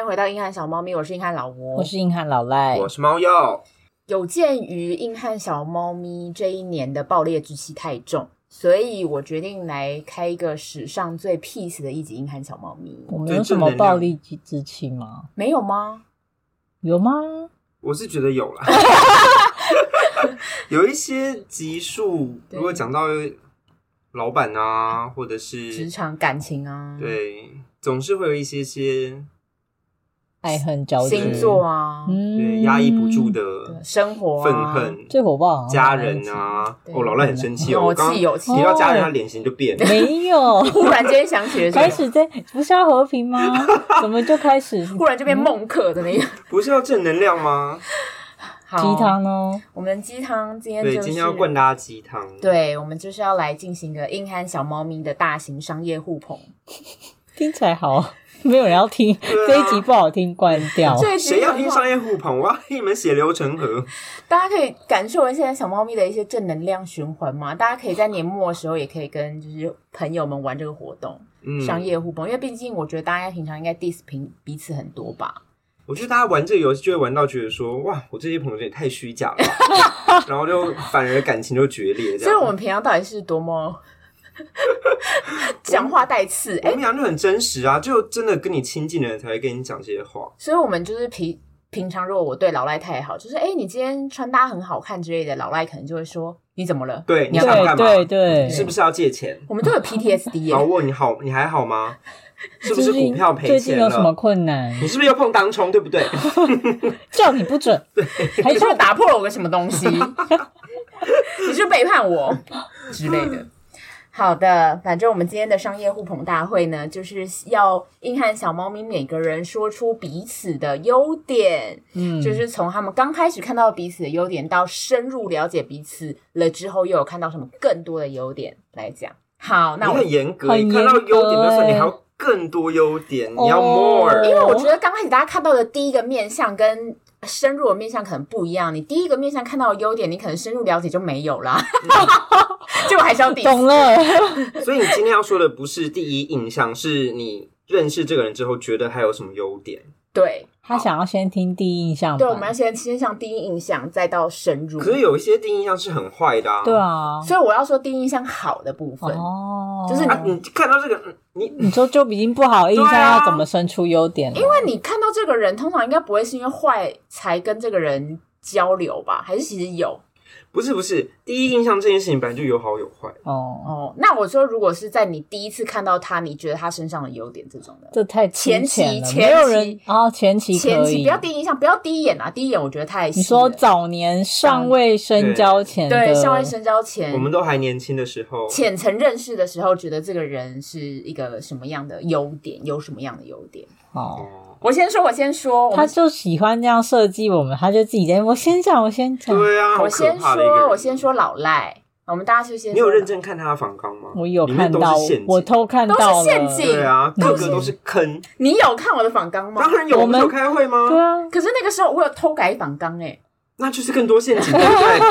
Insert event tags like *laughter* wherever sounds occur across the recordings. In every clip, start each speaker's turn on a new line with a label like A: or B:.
A: 迎回到硬汉小猫咪，我是硬汉老吴，
B: 我是硬汉老
A: 哎
B: 赖，
C: 我是猫药。
A: 有鉴于硬汉小猫咪这一年的爆裂之气太重，所以我决定来开一个史上最 peace 的一集硬汉小猫咪。
B: 我们有什么暴力之气吗？
A: 没有吗？
B: 有吗？
C: 我是觉得有
A: *laughs*
C: 啦，有一些集数，
A: 对嗯
C: 如果讲到老板啊，或者
A: 职
C: 是
A: 场感情啊，，
C: 嗯对，总是会有一些些
B: 爱恨交织，
A: 星座啊，
B: 嗯
C: 对压抑不住
A: 对
C: 的
A: 生活、啊、
C: 愤恨，
B: 最火爆好像
C: 家人啊
A: 对，
C: 哦，老赖很生气哦，
A: 哦
C: 我刚
A: 气有气
C: 提到家人，
B: 哦
C: 他脸型就变了
B: 那。一集，没
C: *laughs*
B: 有
A: 忽然间想起了
B: *laughs* 开
A: 什么，
B: 始在不是要和平吗？怎么就开
C: *laughs*
B: 始
A: 忽然就变梦客的那个
C: 不是要正能量吗？
A: 好
B: 嗯鸡。汤呢？
A: 我们鸡汤今天
C: 对，
A: 就是
C: 今天要灌大家鸡汤。
A: 对，我们就是要来进行一个硬汉小猫咪的大型商业互捧。
B: 听起来好，没有人要听
C: 啊
B: 这一集不好听，关掉。
A: 这一集
C: 哦谁要听
A: 很好
C: 商业互捧？我要替你们血流成河。
A: 大家可以感受一下小猫咪的一些正能量循环嘛。大家可以在年末的时候，也可以跟就是朋友们玩这个活动，
C: 嗯，
A: 商业互捧。因为毕竟我觉得大家平常应该 diss 平彼此很多吧。
C: 我觉得大家玩这个游戏就会玩到觉得说，哇，我这些朋友也太虚假了
B: *laughs*
C: 吧，然后就反而感情就决裂这
A: 所以
C: 样。
A: 我们平常到底是多么 *laughs* 讲话带刺哎、
C: 我们俩就很真实啊，就真的跟你亲近的人才会跟你讲这些话。
A: 所以我们就是平平常如果我对老赖太好，就是哎、你今天穿搭很好看之类的，老赖可能就会说你怎么了？
C: 对
A: 你
C: 你
A: 要干
C: 想
A: 嘛？
C: 干嘛？
B: 对对对，
C: 是不是要借钱？
A: 我们都有 PTSD 耶、
C: 老沃，你好，你还好吗？是不是
B: 最近
C: 股票赔
B: 最近
C: 钱
B: 有什么
C: 了？
B: 困难？
C: 你是不是又碰当冲，对
B: *laughs*
C: 不对？
B: 叫你不
C: *laughs*
B: 准，还
A: 你
B: 是
A: 是不是打破了我个什么东西？你是背叛我之类的。好的，反正我们今天的商业互捧大会呢，就是要硬汉小猫咪每个人说出彼此的优点，
B: 嗯，
A: 就是从他们刚开始看到彼此的优点，到深入了解彼此了之后，又有看到什么更多的优点来讲。好，那
C: 你
A: 我
C: 很严格，
B: 很
C: 你看到
B: 严格
C: 优点的时候，
B: 欸
C: 你还要更多优点，你要
B: 哦
C: more。
A: 因为我觉得刚开始大家看到的第一个面相跟深入的面相可能不一样。你第一个面相看到的优点，你可能深入了解就没有
B: *laughs*
A: 啦，结果还是要 diss
B: 懂了， *laughs*
C: 所以你今天要说的不是第一印象，是你认识这个人之后觉得他有什么优点。
A: 对
B: 他想要先听第一印象
A: 对，
B: 版
A: 我们要先先向第一印象，再到深
B: 嗯
A: 入。
C: 可是有一些第一印象是很坏的啊。
B: 对啊，
A: 所以我要说第一印象好的部分，
B: 哦，
A: 就是
C: *laughs* 啊，你看到这个，嗯你
B: 你说就已经不好印象，
C: 对啊
B: 要怎么生出优点了？
A: 因为你看到这个人，通常应该不会是因为坏才跟这个人交流吧？还是其实有
C: 不是不是第一印象这件事情本来就有好有坏。
B: 哦，
A: 哦？那我说，如果是在你第一次看到他，你觉得他身上的优点这种的，
B: 这太粗
A: 前期
B: 浅了，
A: 前期
B: 没有人哦，前期
A: 前
B: 可
A: 期
B: 以
A: 不。要第一印象，不要第一眼啊！第一眼我觉得太细
B: 你说
A: 了
B: 早年尚未深交前的，
A: 对校外深交前
C: 我，们都还年轻的时候，
A: 浅层认识的时候，觉得这个人是一个什么样的优点，有什么样的优点。
B: 哦，
C: 哦，
A: 我先说，我先说，我
B: 他
A: 们
B: 就喜欢这样设计我们，他就自己在我先讲，我先讲，
C: 对啊，
A: 我
C: 好可
A: 先
C: 怕的一个
A: 说，
C: 人
A: 我先，说老赖，我们大家就先说
C: 你有认真看他的访纲吗？
B: 我有
C: 里面
B: 看
C: 都
B: 到
C: 是陷，
B: 我
C: 阱。
B: 偷看
A: 都
B: 到
A: 是
B: 了，
A: 陷阱，
C: 对啊，
A: 都
C: 各
A: 是
C: 个都是坑。
A: 你有看我的访纲吗？
C: 当然有，
B: 我
C: 我
B: 们
C: 们有开会吗？
B: 对啊，
A: 可是那个时候我有偷改访纲哎，
C: 那就是更多陷阱，
B: *laughs*
C: 对不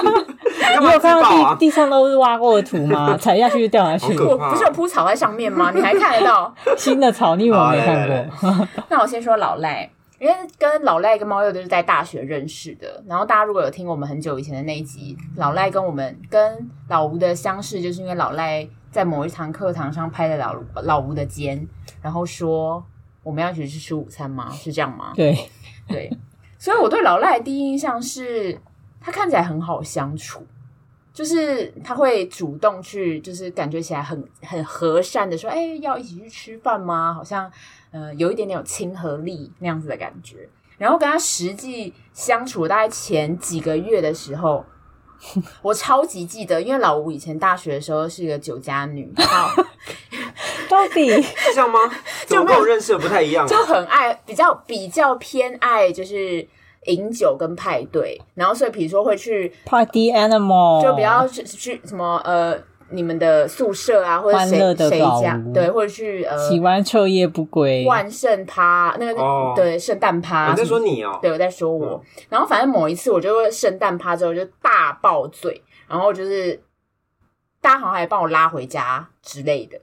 C: 对？你干
B: 你
C: 嘛
B: 有
C: 自
B: 看
C: 爆
B: 到
C: 啊？
B: 地地上都是挖过的土
A: *laughs*
B: 吗？踩下去就掉下去
C: 好，可
A: 我
C: 怕
A: 不是有铺草在上面吗？你还看得到？
B: 新的草泥我没
C: 好来来
B: 看
C: 来
B: 过，
A: 那我先说老赖，因为跟老赖跟猫鼬都是在大学认识的。然后大家如果有听我们很久以前的那一集，老赖跟我们跟老吴的相识，就是因为老赖在某一堂课堂上拍了老老吴的肩，然后说我们要一起去吃午餐吗？是这样吗？
B: 对，
A: 对，所以我对老赖的第一印象是他看起来很好相处。就是他会主动去，就是感觉起来很很和善的说，哎、要一起去吃饭吗？好像呃有一点点有亲和力那样子的感觉。然后跟他实际相处大概前几个月的时候， *laughs* 我超级记得，因为老吴以前大学的时候是一个酒家女，然后
B: 到底
C: 是这样吗？怎么跟我认识的不太一样啊？
A: 就很爱比较比较偏爱就是饮酒跟派对，然后所以比如说会去
B: Party Animal
C: 哦
A: 就比较去去什么呃你们的宿舍啊，或者
B: 欢
A: 谁
B: 乐的
A: 谁
B: 老
A: 家
B: 屋
A: 对，或者去呃
B: 喜欢彻夜不归，
A: 万圣趴那个、
C: 哦
A: 对圣诞趴，
C: 我在说你嗯哦，
A: 对，我在说我。然后反正某一次，我就圣诞趴之后就大爆醉，然后就是大家好像还帮我拉回家之类的，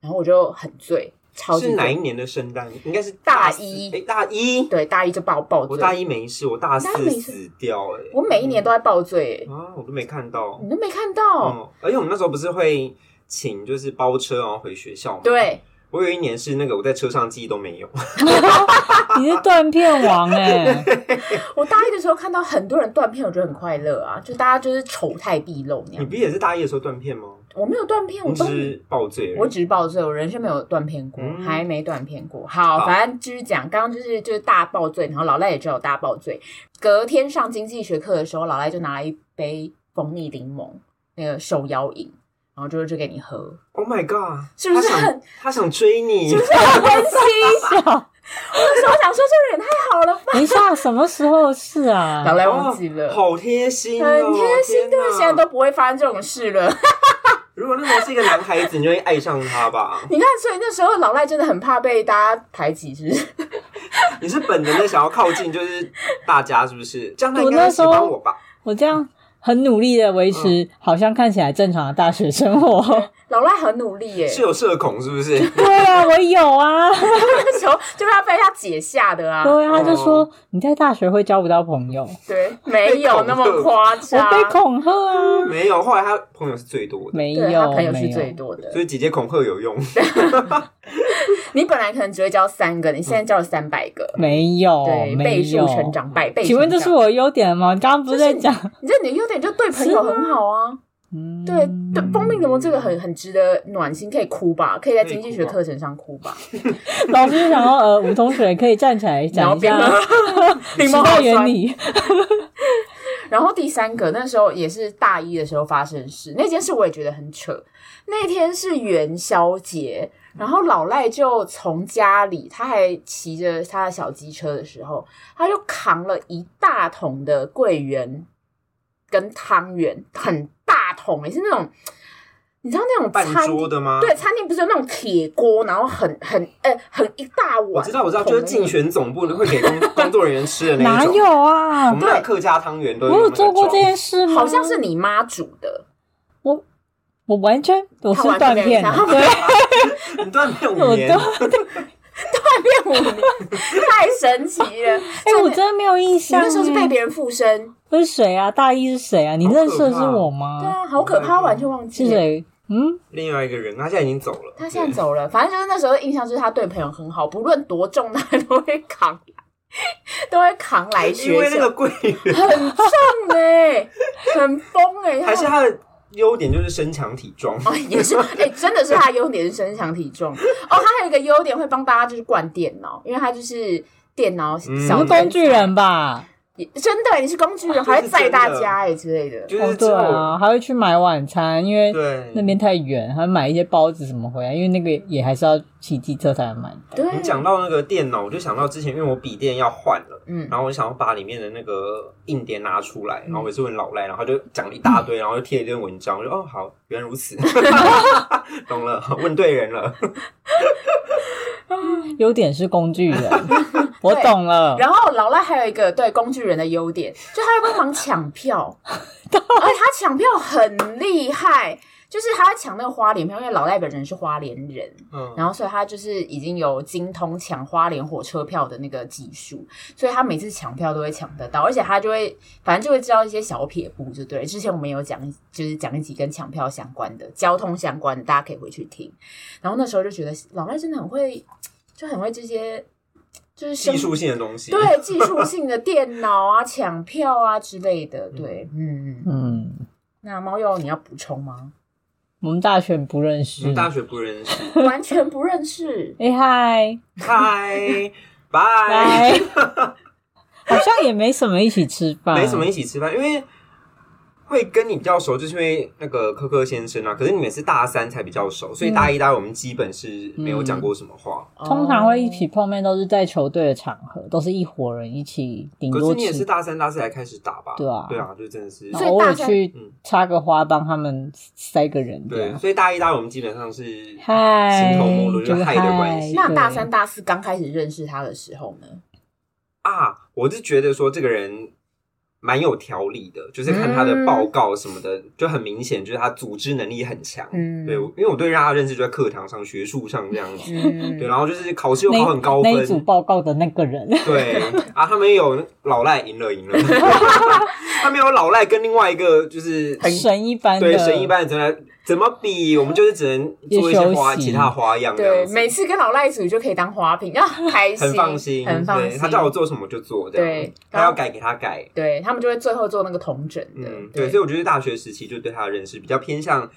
A: 然后我就很醉。超级
C: 是
A: 多
C: 哪一年的圣诞？应该是
A: 大
C: 四
A: 一
C: 哎，大一，
A: 对，大一就把我爆
C: 我
A: 醉。
C: 大一没事，我
A: 大
C: 大
A: 一
C: 四
A: 没事
C: 死掉，哎，
A: 我每一年都在爆醉、欸
C: 啊，我都没看到，
A: 你都没看到。
C: 嗯，而且我们那时候不是会请就是包车然后回学校吗？，
A: 对，
C: 我有一年是那个我在车上记忆都没有，
B: 你是断片王哎、
A: 我大一的时候看到很多人断片，我觉得很快乐啊，就大家就是丑态毕露那
C: 你
A: 样。
C: 不也是大一的时候断片吗？
A: 我没有断片，我
C: 你只
A: 都
C: 是爆醉而已，
A: 我只是爆醉，我人生没有断片过，
C: 嗯
A: 还没断片过。好，
C: 好
A: 反正就是讲，刚刚就是就是大爆醉，然后老赖也知道我大爆醉。隔天上经济学课的时候，老赖就拿了一杯蜂蜜柠檬那个手摇饮，然后就就给你
C: *laughs*
A: 喝，
C: Oh my god！
A: 是不是
C: 他想
A: 很
C: 他想追
A: *laughs*
C: 你？
A: 是不是很温馨？
B: 笑
A: 那时候想说这人也太好
C: *laughs*
A: 了吧，
B: 等一下，什么时候的事啊？
A: 老赖
C: 哦
A: 忘记了。
C: 好贴心、哦，
A: 很贴心，对
C: 天，哪
A: 现在都不会发生这种事了。
C: 如果那时候是一个男孩子，你就会爱上
A: *laughs*
C: 他吧？
A: 你看，所以那时候老赖真的很怕被大家排挤，是不 *laughs* 是？
C: 你是本能的想要靠近，就是大家是不是？这样他应
B: 我
C: 该
B: 那
C: 喜
B: 时候
C: 欢我吧？
B: 我这样很努力的维
A: 嗯
B: 持，好像看起来正常的大学生活。
A: 老赖很努力耶、
C: 是有社恐是
A: *laughs*
C: 不是？
B: 对啊，我有啊。
A: 那时候 *laughs* 就被他被他姐吓的啊。
B: *laughs* 对啊，他就
C: 哦
B: 说你在大学会交不到朋友，
A: 对，没有那么夸
B: 我
A: 张。
B: 被恐吓啊。
C: 没有，后来他朋友是最多的，
B: 没
A: 对他
B: 有，
A: 朋友
B: 没
A: 是
B: 有
A: 最多的
C: 所。以姐姐恐吓有用。
A: 你本来可能只会交三个，你现在交了三百个，
B: 没有，
A: 对，
B: 哦没
A: 倍数
B: 有
A: 成。长，百倍成长。
B: 请问这是我的优点吗？你刚刚不是在讲？
A: 你这你的优点就对朋友很好啊。
B: 嗯
A: 对对，蜂蜜柠檬这个很很值得暖心，可以哭吧？可以在经济学课程上哭吧？
B: 老师想要呃，吴同学可以站起来
A: 然后
B: 讲一
A: 变
B: 下
A: 得 *laughs* 柠檬
B: 时
A: 好
B: 代原
A: 酸。
B: 理。
A: 然后第三个，那时候也是大一的时候发生的事，那件事我也觉得很扯。那天是元宵节，然后老赖就从家里，他还骑着他的小机车的时候，他就扛了一大桶的桂圆跟汤圆，很大桶，也是那种，你知道那种
C: 半
A: 餐
C: 桌的吗？
A: 对，餐厅不是有那种铁锅，然后很很呃很一大碗，
C: 我知道，我知道，就是竞。选总部会给工工作人员吃的那
B: 哪
C: 一种。
B: 有
C: 我
B: 啊
C: 们？那客家汤圆都
B: 我有做过这件
C: 事，
B: 事吗？
A: 好像是你妈煮的，
B: 我完全我是
A: 他完全
B: 断
A: 没有
B: 片
A: 想
B: 了
A: 到，*laughs*
B: 对，
C: *laughs* 你断片五
B: 我
C: 年
B: 都，
A: 变五年，太神奇了！
B: 哎
A: 真，的
B: 我真的没有印
A: 你
B: 象欸。
A: 那时候是被别人附身，
B: 我是谁啊？大一是谁啊？你
C: 好可
B: 认识的是
C: 怕
B: 我
A: 对
B: 吗？
A: 啊，好可怕，完全忘
B: 是
A: 记了。
B: 谁？嗯，
C: 另外一个人，他现在已经走了。
A: 他现在走了，反正就是那时候的印象就是他对朋友很好，不论多重他都会扛，都会扛来
C: 对，因为
A: 学
C: 那个
A: 校，
C: 桂圆，
A: 很重哎、很疯哎、
C: 还
A: 欸， *laughs*
C: 是
A: 他。
C: 他的优点就是身强体壮。
A: 哦，也是，哎、真的是他的优点是身强体重。哦，他还有一个优点会帮大家就是灌电脑，因为他就是电脑
C: 嗯
A: 小
B: 是
C: 我
A: 天才
B: 工具人吧？
A: 也真的，你是工具人，还会载大家哎、之类的。
C: 就是
B: 哦，
C: 之
B: 对
C: 后
B: 啊，还会去买晚餐，因为
C: 对
B: 那边太远，还买一些包子什么回来，因为那个也还是要骑机车才能买到。
A: 对，啊
C: 你讲到那个电脑，我就想到之前，因为我笔电要换了，
A: 嗯，
C: 然后我想要把里面的那个硬碟拿出来，
B: 嗯
C: 然后我也是问老赖，然后他就讲了一大堆，然后就贴了一篇文章，我就哦好，原来如
B: *laughs*
C: 此，懂了，问对人了。
B: 优点是工具人，我
A: 嗯 *laughs* 对
B: 懂了。
A: 然后老赖还有一个对工具人的优点，就他会帮忙抢票，而且他抢票很厉害，就是他会抢那个花莲票，因为老赖本人是花莲人，
C: 嗯，
A: 然后所以他就是已经有精通抢花莲火车票的那个技术，所以他每次抢票都会抢得到，而且他就会反正就会知道一些小撇步，就对了。之前我们有讲，就是讲一集跟抢票相关的、交通相关的，大家可以回去听。然后那时候就觉得老赖真的很会，就很会这些，就是生
C: 技术性的东西，
A: 对技术性的电脑啊、 *laughs* 抢票啊之类的。对，嗯，嗯
B: 嗯，
A: 那猫友你要补充吗？
B: *laughs* 我们大学不认
C: 我
B: 识
C: 们。大学不认识，
A: 完全不认识。
B: 哎嗨，
C: 嗨，拜，
B: 拜。 *laughs* 好像也没什么一起吃饭，
C: 没什么一起吃饭，因为。会跟你比较熟，就是因为那个科科先生啊。可是你们是大三才比较熟，所以大一、大二我们基本是没有讲过什么话。
B: 通常会一
A: 哦
B: 起碰面，都是在球队的场合，都是一伙人一起顶
C: 可
B: 嗯
C: 是
B: 多
C: 你也是
B: 吃。
C: 大三、大四才开始打吧？
B: 对啊
C: 对啊，就真的是
B: 然
A: 所以
B: 后偶尔
A: 大家
B: 去
C: 嗯
B: 插个花，帮他们塞个人这
C: 对，
B: 样。
C: 所以大一、大二我们基本上是
B: 啊嗨，
C: 形同陌路，就是嗨的关系
B: 就
A: 那
B: 对
A: 大三、大四刚开始认识他的时候呢？
C: 啊。我是觉得说这个人蛮有条理的，就是看他的报告什么的，就很明显，就是他组织能力很强。
A: 嗯
C: 对，我因为我对他的认识就在课堂上、学术上这样子。
B: *laughs*
A: 嗯
C: 对，然后就是考试又考很高
B: 那一组
C: 分，
B: 报告的那个人，
C: 对啊，他们也有老赖赢
B: *laughs*
C: 了赢了，他们有老赖跟另外一个就是
B: *laughs* 神一般的，
C: 对神一般的怎么怎么比，我们就是只能做一些花
B: 也休息
C: 其他花样这
A: 对
C: 样，子，
A: 每次跟老赖组就可以当花瓶，
C: *laughs*
A: 啊，开心，
C: 很放心，
A: 很放
C: 对
A: 心。
C: 他叫我做什么就做，这样
A: 对
C: 他要改给他改，
A: 对他们就会最后做那个同整的，
C: 嗯，对，所以我觉得大学时期就对他的认识比较偏向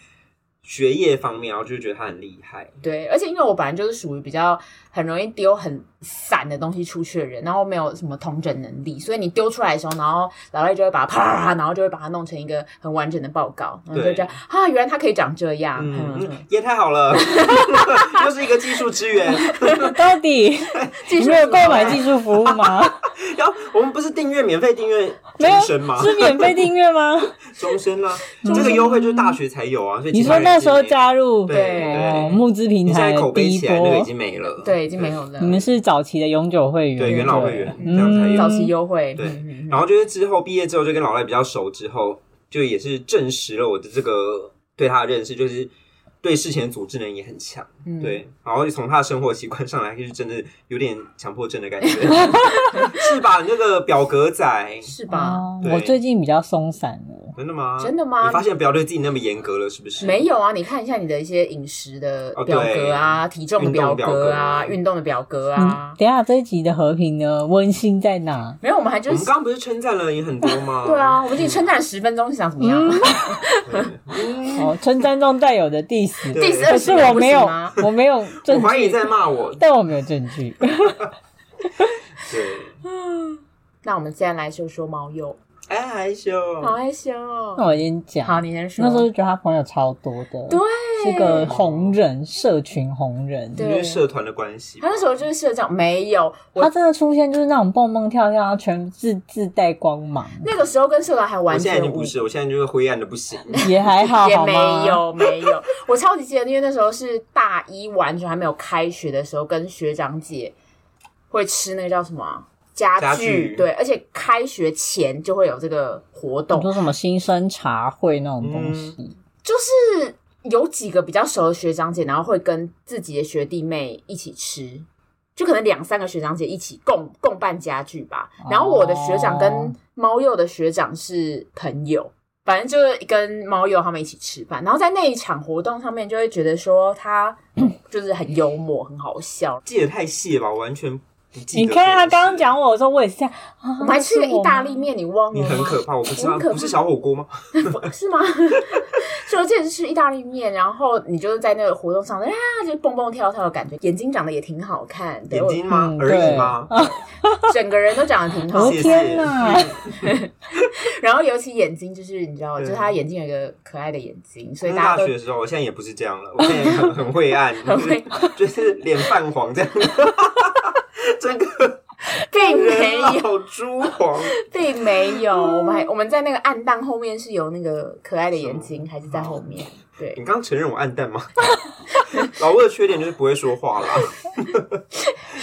C: 学业方面，然后就觉得他很厉害。
A: 对，而且因为我本来就是属于比较很容易丢很散的东西出去的人，然后没有什么统整能力，所以你丢出来的时候，然后老赖就会把它啪啦，然后就会把它弄成一个很完整的报告，然后就
C: 对
A: 这样啊，原来它可以长这
B: 啊
A: 样，
C: 嗯，
A: 嗯，
C: 嗯也太好了， *laughs* 又是一个技术支
B: *laughs*
C: 援。
B: *laughs* 到底
A: 技
B: 你
A: 术
B: 没有购买
A: 什么
B: 技术服务
C: *laughs*
B: 吗？
C: 然后我们不是订阅免费订阅
B: 没有
C: 终身吗？
B: 是免费订阅吗？
C: *laughs* 终身啦，这个优惠就是大学才有啊。所以
B: 你
C: 其他
B: 说
C: 人
B: 那时候
C: 已经没
B: 加入
C: 对对
B: 哦募资平
C: 你现
B: 台
C: 在口
B: 的
C: 碑
B: 第一
C: 起来那个已
B: 波，
C: 经没了，
A: 对，已经没有了，
B: 你们是早期的永久会员，
C: 对元老会员这样才
B: 嗯，
C: 有
A: 早期优惠，
C: 对
A: 嗯嗯
C: 然后就是之后毕业之后，就跟老赖比较熟，之后就也是证实了我的这个对他的认识，就是对事情的组织能力也很强。
A: 嗯，
C: 对，然后从他的生活习惯上来，就是真的有点强迫症的
B: *laughs*
C: 感觉，是吧？你那个表格仔，
A: 是吧？
B: 哦
C: 对
B: 我最近比较松散了，
C: 真的吗？
A: 真的吗
C: 你发现不要对自己那么严格了，是不是？
A: 没有啊，你看一下你的一些饮食的
C: 哦
A: 表格啊，体重的
C: 运
A: 表
C: 动表
A: 格
C: 格
A: 啊，运动的表格啊
B: 嗯，，等一下这一集的和平呢？温馨在哪？
A: 没有，我们还
C: 我
A: 就
C: 们
A: 是
C: 刚刚不是称赞了你很多吗？
A: *laughs* 对啊，我们已经称赞了十分钟，是想怎么样？
B: 嗯
C: 对，
B: 哦，春山中带有的 diss，
C: 对
A: 第十
B: 可
A: 二
B: 是
A: 十
B: 我没有
A: 不行吗，
B: 我没有
C: 我
B: 证
C: 怀疑你
B: 据，
C: 在骂我。
B: 但我没有证据。
C: 对，
A: 那我们现在来说说猫鼬，
C: 哎，害羞。
A: 好害羞
B: 那
A: 哦。
B: 我先讲，
A: 好，你先说。
B: 那时候就觉得他朋友超多的，
A: 对，
B: 是个红人，社群红人。
A: 对
C: 因为社团的关系
A: 他，那时候就是社长，没有
B: 他
A: 我
B: 真的出现就是那种蹦蹦跳跳，然后全自自带光芒，
A: 那个时候跟社长还
C: 我
A: 完
C: 现在已
A: 全
C: 经
A: 无
C: 不是，我现在就是灰暗的
A: *laughs*
C: 不行。
B: 也还好，
A: 也
B: 好吗
A: 没。有没有，我超级记得，因为那时候是大一完全还没有开学的时候，跟学长姐会吃那个叫什么啊家具，
C: 家具
A: 对，而且开学前就会有这个活
B: 你
A: 动，
B: 说什么新生茶会那种东
A: 嗯
B: 西，
A: 就是有几个比较熟的学长姐，然后会跟自己的学弟妹一起吃，就可能两三个学长姐一起共共办家具吧。然后我的学长跟猫鼬的学长是朋友。反正就是跟猫鼬他们一起吃饭，然后在那一场活动上面，就会觉得说他就是很幽默，很好笑。
C: 记得太细了吧，我完全不记得。
B: 你看他刚刚，讲我的时候，我也是这样。啊
A: 我们还吃了意大利，面，你忘了
C: 你
A: 吗？
C: 很可怕，我不知
A: 我
C: 道，
A: 很可怕
C: 不是小火锅吗？
A: 不是吗？ *laughs* 就我记得是吃意大利面，然后你就是在那个活动上啊，就蹦蹦跳跳的感觉，眼睛长得也挺好看，对哦
C: 眼
A: 我
C: 睛吗？
B: 嗯
C: 而已吗？
A: 整个人都长得挺
B: 我
A: 好
B: 的
C: 谢谢
B: 天
C: *laughs*
B: 哪！
A: 然后尤其眼睛，就是你知道，
C: 对
A: 就是他眼睛有一个可爱的眼睛，所以
C: 上
A: 大
C: 大
A: 家
C: 学
A: 都
C: 的时候，我现在也不是这样了，我现在也很很晦暗，
A: *laughs* 很晦
C: *laughs* 就是就是脸泛黄这样， *laughs* 整个
A: 并 *laughs* 没
C: 人
A: 有，
C: 老珠黄。
A: 并没有。
C: 嗯
A: 我们还我们在那个暗淡后面是有那个可爱的眼睛，还是在
C: 啊
A: 后
C: *laughs*
A: 面？对，
C: 你刚刚承认我暗淡吗？ *laughs* 老魏的缺点就是不会说话
B: *laughs*
C: 啦，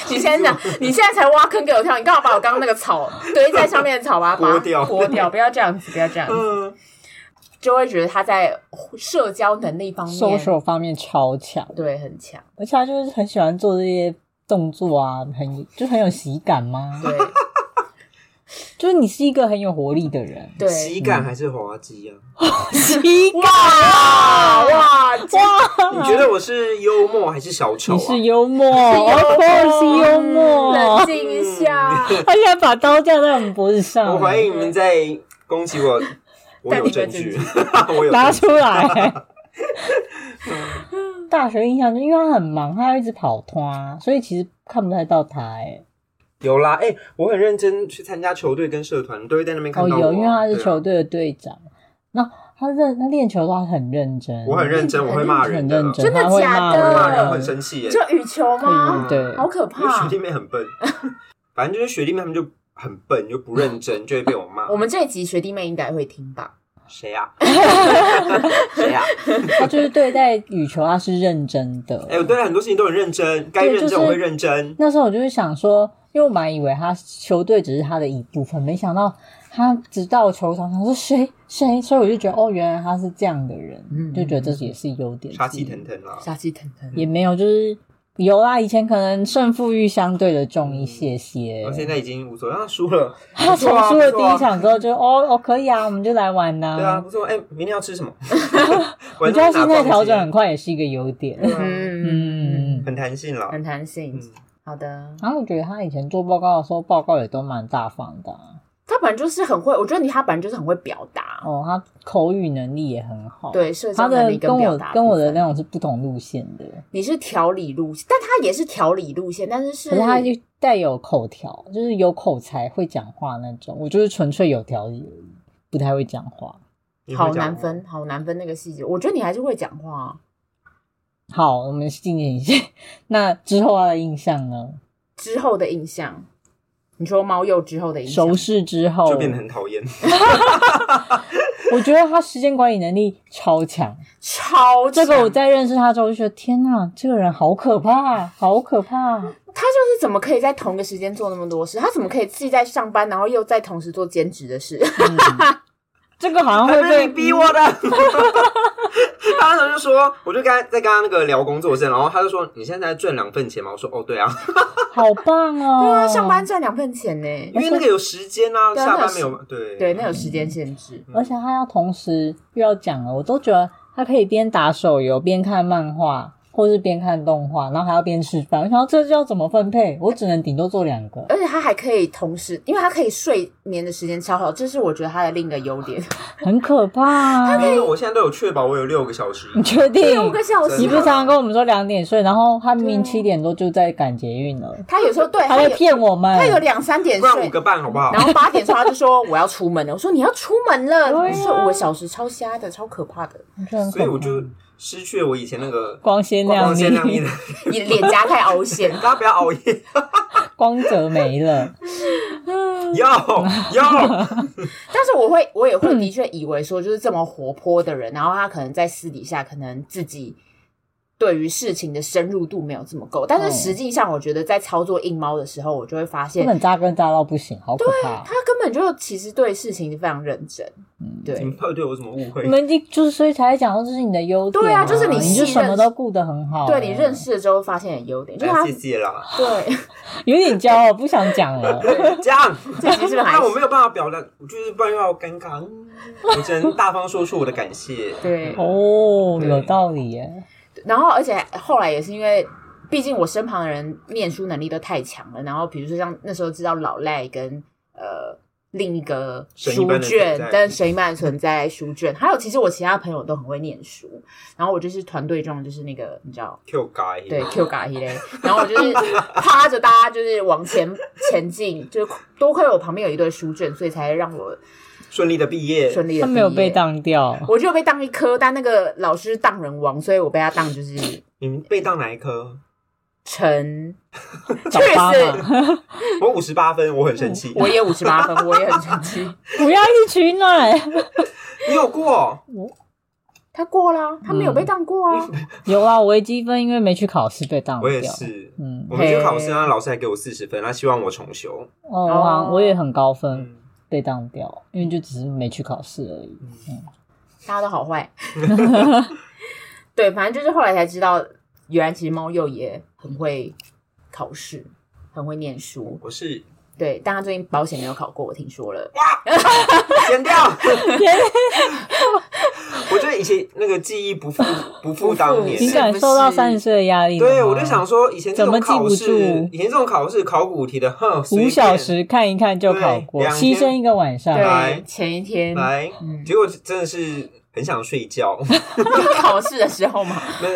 A: 你现在讲，你现在才挖坑给我跳，你干嘛把我刚刚那个草堆在上面的草把它
C: 剥掉
A: 剥掉，不要这样子，不要这样子。
C: 嗯，
A: 就会觉得他在社交能力方面，
B: social 方面超强，
A: 对很强，
B: 而且他就是很喜欢做这些动作啊，很就很有喜感吗？
C: *laughs*
A: 对
B: 就是你是一个很有活力的
C: *laughs*
B: 人，
A: 对。
C: 喜感还是滑稽啊？
B: 喜
A: 哇哇哇！
C: 你觉得我是幽默还是小丑
B: 嗯你
C: 啊？
B: 是幽默
A: 是幽默
B: ，of course 是
A: 啊
B: 幽
A: 冷
C: 嗯
B: 默，
A: 静一下，
B: 而且还把刀架在我们脖子上，
C: 我怀疑你们在攻击
B: *laughs*
C: 我，我有证据， *laughs* 我有
B: 拿
C: 证
B: 出来。 *laughs*
C: 嗯
B: 大学印象中，因为他很忙，他要一直跑团啊，所以其实看不太到他、欸。
C: 据有啦。哎、我很认真去参加球队跟社团，都会在那边
B: 哎，哦，
C: 看到我。
B: 有，因为他是
C: 对啊
B: 球队的队长，那他认他练球的话很认真，
C: 我很认真，我会骂人
B: 很
C: 的，
B: 认真，
A: 真的
B: 他会
A: 假
B: 骂啊
A: 的
C: 我会骂人
B: 人
C: 会很生气耶。
A: 就羽球吗？
B: 对
A: 好可
C: 因为
A: 怕
C: 学！弟妹很笨， *laughs* 反正就是学弟妹他们就很笨，就不认真，就会被我骂
B: 哦
A: 我。们这一集学弟妹应该会听吧？
B: *laughs*
C: 谁呀？谁啊呀？
B: 他就是对待羽球他是认真的。
C: 哎，我对很多事情都很认真，该认
B: 就是
C: 真我会认真。
B: 那时候我就是想说，因为我蛮以为他球队只是他的一部分，没想到他直到球场上是谁谁，所以我就觉得哦，原来他是这样的人，
A: 嗯
B: 就觉得这也是优点之一。
C: 杀气腾腾啦。
A: 杀气腾腾。
B: 也没有，就是有啦。以前可能胜负欲相对的重一些些
C: 然，嗯哦后现在已经无所谓，啊，输了，
B: *laughs* 他
C: 不
B: 从
C: 错
A: *laughs*
C: 啊
B: 输了
C: 不
B: 第
C: 错啊
B: 一场之后就哦哦可以啊，我们就来玩呐、
C: 对啊，不错。哎，明天要吃什
A: *laughs*
C: 么？
B: 我
C: 晚
B: 觉得
C: 上
B: 现
C: 拿
B: 在
C: 东西
B: 调整很快也是一个优点。
C: 对啊
A: 嗯
B: 嗯
A: 嗯，
C: 很弹性啦。
A: 很弹性。
C: 嗯，
A: 好的，
B: 然后我觉得他以前做报告的时候，报告也都蛮大方的啊、
A: 他本来就是很会，我觉得你他本来就是很会表达，
B: 哦，他口语能力也很好。，
A: 对社
B: 他
A: 交能
B: 的
A: 力
B: 跟
A: 表
B: 我
A: 达
B: 跟我
A: 部
B: 的
A: 分
B: 那种是不同路线的，
A: 你是条理路线，但他也是条理路线，但是是
B: 可是他就带有口条，就是有口才、会讲话那种。我就是纯粹有条理而已，不太会讲话。
C: 你会
A: 好
C: 讲
A: 难
C: 话。
A: 分，好难分那个细节。我觉得你还是会讲话啊。
B: 好，我们进行一下。那之后他的印象呢？
A: 之后的印象，你说猫鼬之后的印象，
B: 熟识之后，
A: 哦
C: 就变得很讨厌， *laughs*
B: 我觉得他时间管理能力超强。
A: 超
B: 这个我
A: 强
B: 在认识他之后就觉得，天呐，这个人好可怕，好可怕。
A: *laughs* 他就是怎么可以在同一个时间做那么多事？他怎么可以既在上班，然后又在同时做兼职的事？ *laughs*
B: 嗯这个好像
C: 还
B: 会
C: 是
B: 被
C: 你逼我的。他那时候就说，我就跟他在跟他那个聊工作室，然后他就说：“你现在在赚两份钱吗？”我说：“哦，对啊，
B: 好棒哦！
A: *laughs* 对啊，上班赚两份钱呢、
C: 因为那个有时间啊，
A: 对啊
C: 下
A: 那
C: 班
A: 有
C: 没有对
A: 对，那有时间限制。
B: 而且他要同时又要讲了，我都觉得他可以边打手游边看漫画，或是边看动画，然后还要边吃饭。我想到这要怎么分配？我只能顶多做两
A: *laughs*
B: 个。
A: 而且他还可以同时，因为他可以睡眠的时间超好，这是我觉得他的另一个优
C: *laughs*
A: 点。
B: 很可怕、啊。
C: 因为我现在都有确保我有六个小时以
B: 你确定？
A: 六个小时，啊
B: 你不是常常跟我们说两点睡，然后他明明七点多就在赶捷运了，
A: 他有时候对
B: 他
A: 他
B: 在
A: 有
B: 骗我们。
A: 他有两三点
C: 不然五
A: 睡
C: 个，半好不好
A: 然？后八点的时候他就说我要出门了。我说你要出门了，
B: 对啊
A: 我说五个小时超瞎的，超可怕的，
B: 我觉得很可
C: 所以
B: 怕
C: 我就失去了我以前那个
B: *laughs* 光鲜亮丽，
C: 光鲜亮丽的，
A: 你脸颊太凹陷
C: *laughs* 。大家不要熬夜，
B: *laughs* 光泽没
A: *laughs*
B: 了。
C: 要要，
A: 但是我会，我也
B: 嗯
A: 会的确以为说，就是这么活泼的人，然后他可能在私底下可能自己对于事情的深入度没有这么够，但是实际上我觉得在操作硬猫的时候，我就会发现
B: 根本扎根扎到哦不行，好可怕
A: 他！根本就其实对事情非常认真，
C: 你
B: 嗯
A: 对。
C: 们到底对我有什么误会哎
B: 你？们就就是所以才讲说这是你的优点、
A: 对啊就是你
B: 你就
A: 信
B: 什
A: 任
B: 么都顾得很好、欸
A: 对你认，识了之后发现的优点，就是他
C: 哎谢谢啦， *laughs*
A: 对 *laughs*
B: 有点骄傲，不想讲了。
C: 这样，
A: 这集是不是还
C: 那我没有办法表达，我就是不然又要尴尬，嗯我只能大方说出我的感谢。
A: 对，
B: 哦，
C: 对
B: 有道理耶。
A: 然后而且后来也是因为，毕竟我身旁的人念书能力都太强了，然后比如说像那时候知道老赖跟呃另一个
C: 神一
A: 书
C: 般的存
A: 卷
C: 在嗯
A: 跟神一般的存在书卷，还有其实我其他朋友都很会念书，然后我就是团队中就是那个你知道。
C: Q 改 *laughs*
A: 对 Q 嘎一嘞，然后我就是趴着大家就是往前前进，就是多亏我旁边有一堆书卷，所以才让我
C: 顺利的毕业，
A: 顺利的。
B: 他没有被，
A: *laughs*
B: 当掉，
A: 我就被当一科，但那个老师当人王，所以我被他当就是
C: 你们被当哪一科？
A: 成
B: 找八嘛，
C: 我五十八分，我很生气。
A: 我也五十八 *laughs* 分，我也很生气。
B: *laughs* 不要一取暖。 *laughs*
C: 你有
A: 哦
C: 过？
A: 他过啦，他没有被当过 *laughs* 啊。
B: 有啊，微积分因为没去考试被当掉。
C: 我也是。
B: 嗯，
C: 我们去考试，
A: 嘿
C: 那老师还给我四十分，他希望我重修。
B: 哦，我好像我也很高分
C: 嗯，
B: 被当掉，因为就只是没去考试而已。
C: 嗯
A: 大家都好 *laughs* 坏。对，反正就是后来才知道，原来其实猫鼬也很会考试，很会念书。
C: 我是
A: 对，但他最近保险没有考过，我听说了。
C: 剪掉。
B: *laughs*
C: 我觉得以前那个记忆
B: *laughs*
C: 不复不复当年
A: 不复
B: 你
A: 是
C: 欸。
B: 感受到三十岁的压力了吗
C: 对，我就想说，以前这种考
B: 怎么记不
C: 试
B: 住，
C: 以前这种考试考古题的，哼，随便
B: 五小时看一看就考过，
C: 对两天啊
B: 牺牲一个晚上。
C: 来
A: 对，前一天
C: 来
A: 嗯，
C: 结果真的是很想睡
B: *laughs*
C: 觉。
A: 考试的时候嘛， *laughs*
C: 那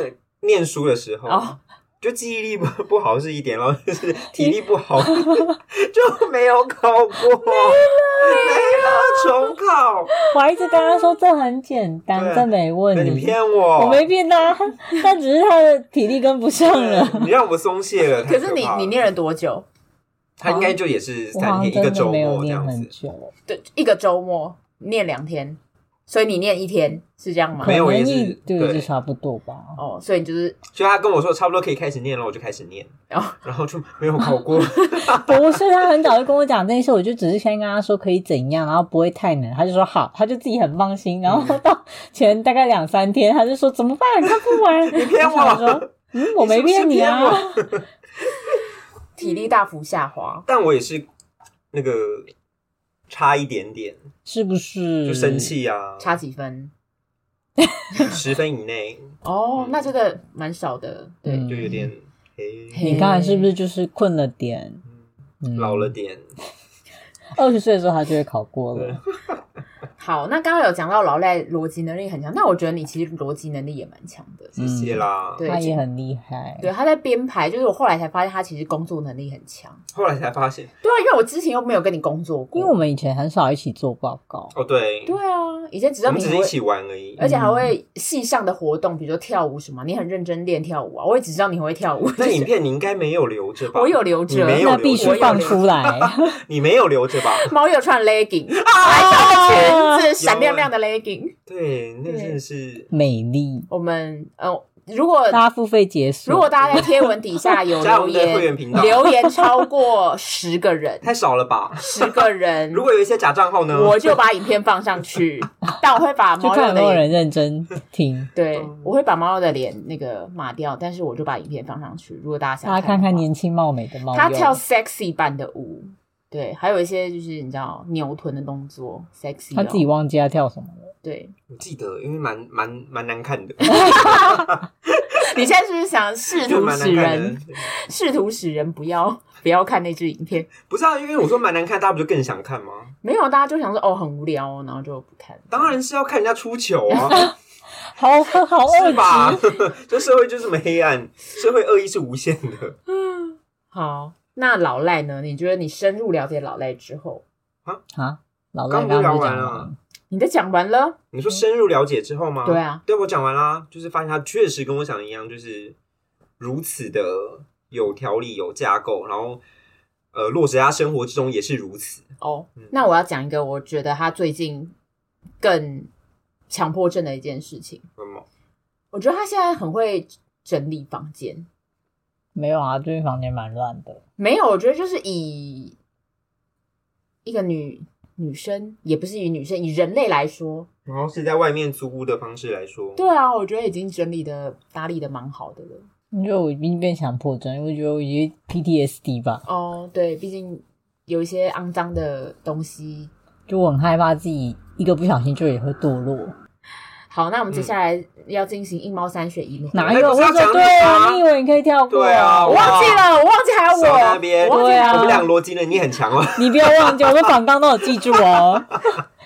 C: 念书的时候
A: 哦，
C: 就记忆力不 *laughs* 不好是一点，然后就是体力
B: *laughs*
C: 不好 *laughs* 就没有考过，
B: 啊
C: 没啊了重考。
B: 我还一直跟他说这很简单，
C: 对
B: 这没问
C: 那你
B: 题。
C: 骗我，
B: 我没骗他，
C: *laughs*
B: 但只是他的体力跟不上了。
C: 你让我松懈了。
A: 可
C: 太
A: 是
C: 怕
A: 你
C: 了
A: 你念了多久？
C: 他应该就也是
B: *laughs* 我
C: 三
B: 好像
C: 天一个
B: 真的
C: 周哦
B: 没有
C: 末这
B: 念
C: 样
B: 很
C: 子，
B: 久，
A: 对，一个周末念两天，所以你念一天是这样吗
C: 没？有
B: 可能
C: 也是
B: 一对，
C: 对
B: 就差不多吧。
A: 哦，所以你就是
C: 就他跟我说差不多可以开始念了，我就开始念，
A: 然后
C: 然后就没有考过。
B: 不是，他很早就跟我讲这件事，我就只是先跟他说可以怎样，然后不会太难，他就说好，他就自己很放心。然后到前大概两三天，他就说怎么办，看不
C: *laughs*
B: 完。你
C: 骗我
B: 说嗯，我没
C: *laughs* 你是不是
B: 你
C: 骗
B: 啊。
C: 我
A: 体力大幅下滑，
C: 但我也是那个差一点点，
B: 是不是？
C: 就生。气啊，
A: 差几分？
C: 十分以内
A: 哦，
C: 嗯
A: 那这个蛮少的，对，
B: 嗯
C: 就有点诶、
A: 嘿
B: 你刚才是不是就是困了点？嗯
C: 老了，点。
B: 二十岁的时候他就会考过
C: 对
B: 了。
A: 好，那刚刚有讲到劳累逻辑能力很强，那我觉得你其实逻辑能力也蛮强的。
C: 谢谢啦。
A: 对
B: 他也很厉害。
A: 对，他在编排，就是我后来才发现他其实工作能力很强。
C: 后来才发现，
A: 对啊，因为我之前又没有跟你工作过，
B: 因为我们以前很少一起做报告，
C: 哦，对，
A: 对啊，以前只知道
C: 我们
A: 你
C: 只是一
A: 会
C: 起嗯玩而已。
A: 而且还会系上的活动，比如说跳舞什么，你很认真练跳舞啊。我也只知道你会跳舞，就
C: 那
A: 是
C: 影片你应该没有留着吧？
A: 我有留
C: 你
A: 着，
C: 没有
B: 那
C: 留
B: 必须
A: 我有
B: 放
A: 留
B: 出来。 *laughs*
C: 你没有留着吧？
A: 猫有穿 legging，还穿
C: 啊
A: 个裙子，闪亮亮的 legging。
C: 对，那真的是
B: 美丽，
A: 我们呃，如果
B: 大家付费解
A: *laughs*
B: 锁。
A: 如果大家在贴文底下有
C: *laughs* 加我
A: 留
C: 们的会员
A: 言，
C: 频道
A: 留言超过十个
C: *laughs*
A: 人，
C: 太少了吧？
A: 十个人，
C: 如果有一些假账号呢？
A: 我就把影片放上
C: *laughs*
A: 去，但我会把
B: 就
A: 猫
B: 看
A: 友
B: 有没有
A: 的脸，
B: 人认真听，
A: 对
C: 嗯
A: 我会把猫友的脸那个抹掉，但是我就把影片放上去。如果大家想
B: 大家看
A: 的
B: 看
A: 话
B: 年轻貌美的猫
A: 他
B: 友
A: 跳 sexy 版的舞，对，还有一些就是你知道扭臀的动作，sexy
B: 他
A: 哦、
B: 自己忘记他跳什么了。
A: 对，
C: 我记得，因为蛮蛮蛮难看
A: *laughs*
C: 的，
A: 你现在是不是想试
C: 就
A: 图
C: 蛮
A: 使
C: 难看
A: 人
C: 的。
A: 试图使人不要不要看那支影片？
C: 不是啊，因为我说蛮难看，大家不就更想看吗？
A: 没有，大家就想说哦很无聊、哦，然后就不看了。
C: 当然是要看人家出糗
A: *laughs*
C: 啊，
B: 好好
C: 是吧
B: 恶？
A: 哦
C: 这社会 *laughs* 就这么黑暗，社会恶意是无限的
A: 好，那老赖呢？你觉得你深入了解老赖之后，
B: 心 *laughs* 啊！老赖
C: 刚
B: 刚刚
C: 不聊
B: 就
C: 完
B: 讲
C: 了
B: 了，，
A: 你的讲完了？
C: 你说深入了解之后吗？
A: 嗯对，啊，
C: 对我讲完啦，就是发现他确实跟我想的一样，就是如此的有条理、有架构，然后呃，落实在他生活之中也是如此。
A: 哦
C: 嗯，
A: 那我要讲一个我觉得他最近更强迫症的一件事情。
C: 什么？
A: 我觉得他现在很会整理房间。
B: 没有啊？最近房间蛮乱的，
A: 没有，我觉得就是以一个女女生，也不是以女生，以人类来说，
C: 然后是在外面租屋的方式来说，
A: 对啊，我觉得已经整理的打理的蛮好的了。
B: 因为我已经变强迫症，因为我觉得我已经 PTSD 吧，
A: 哦，对，毕竟有一些肮脏的东西。
B: 就我很害怕自己一个不小心就也会堕落。
A: 好，那我们接下
C: 嗯
A: 来要进行一猫三选一了。
B: 哪
C: 那
B: 有？
C: 不
B: 我
C: 是要
B: 说
C: 讲
B: 对
C: 你吗
B: 啊，你以为你可以跳过？
C: 对啊
A: 我忘记啊了，我忘记还有
C: 少在那边
A: 我，我忘记
B: 对啊
A: 还
C: 我
A: 有
C: 们俩逻辑能力很强哦， *laughs*
B: 你不要忘记，我的反刚都有记住哦。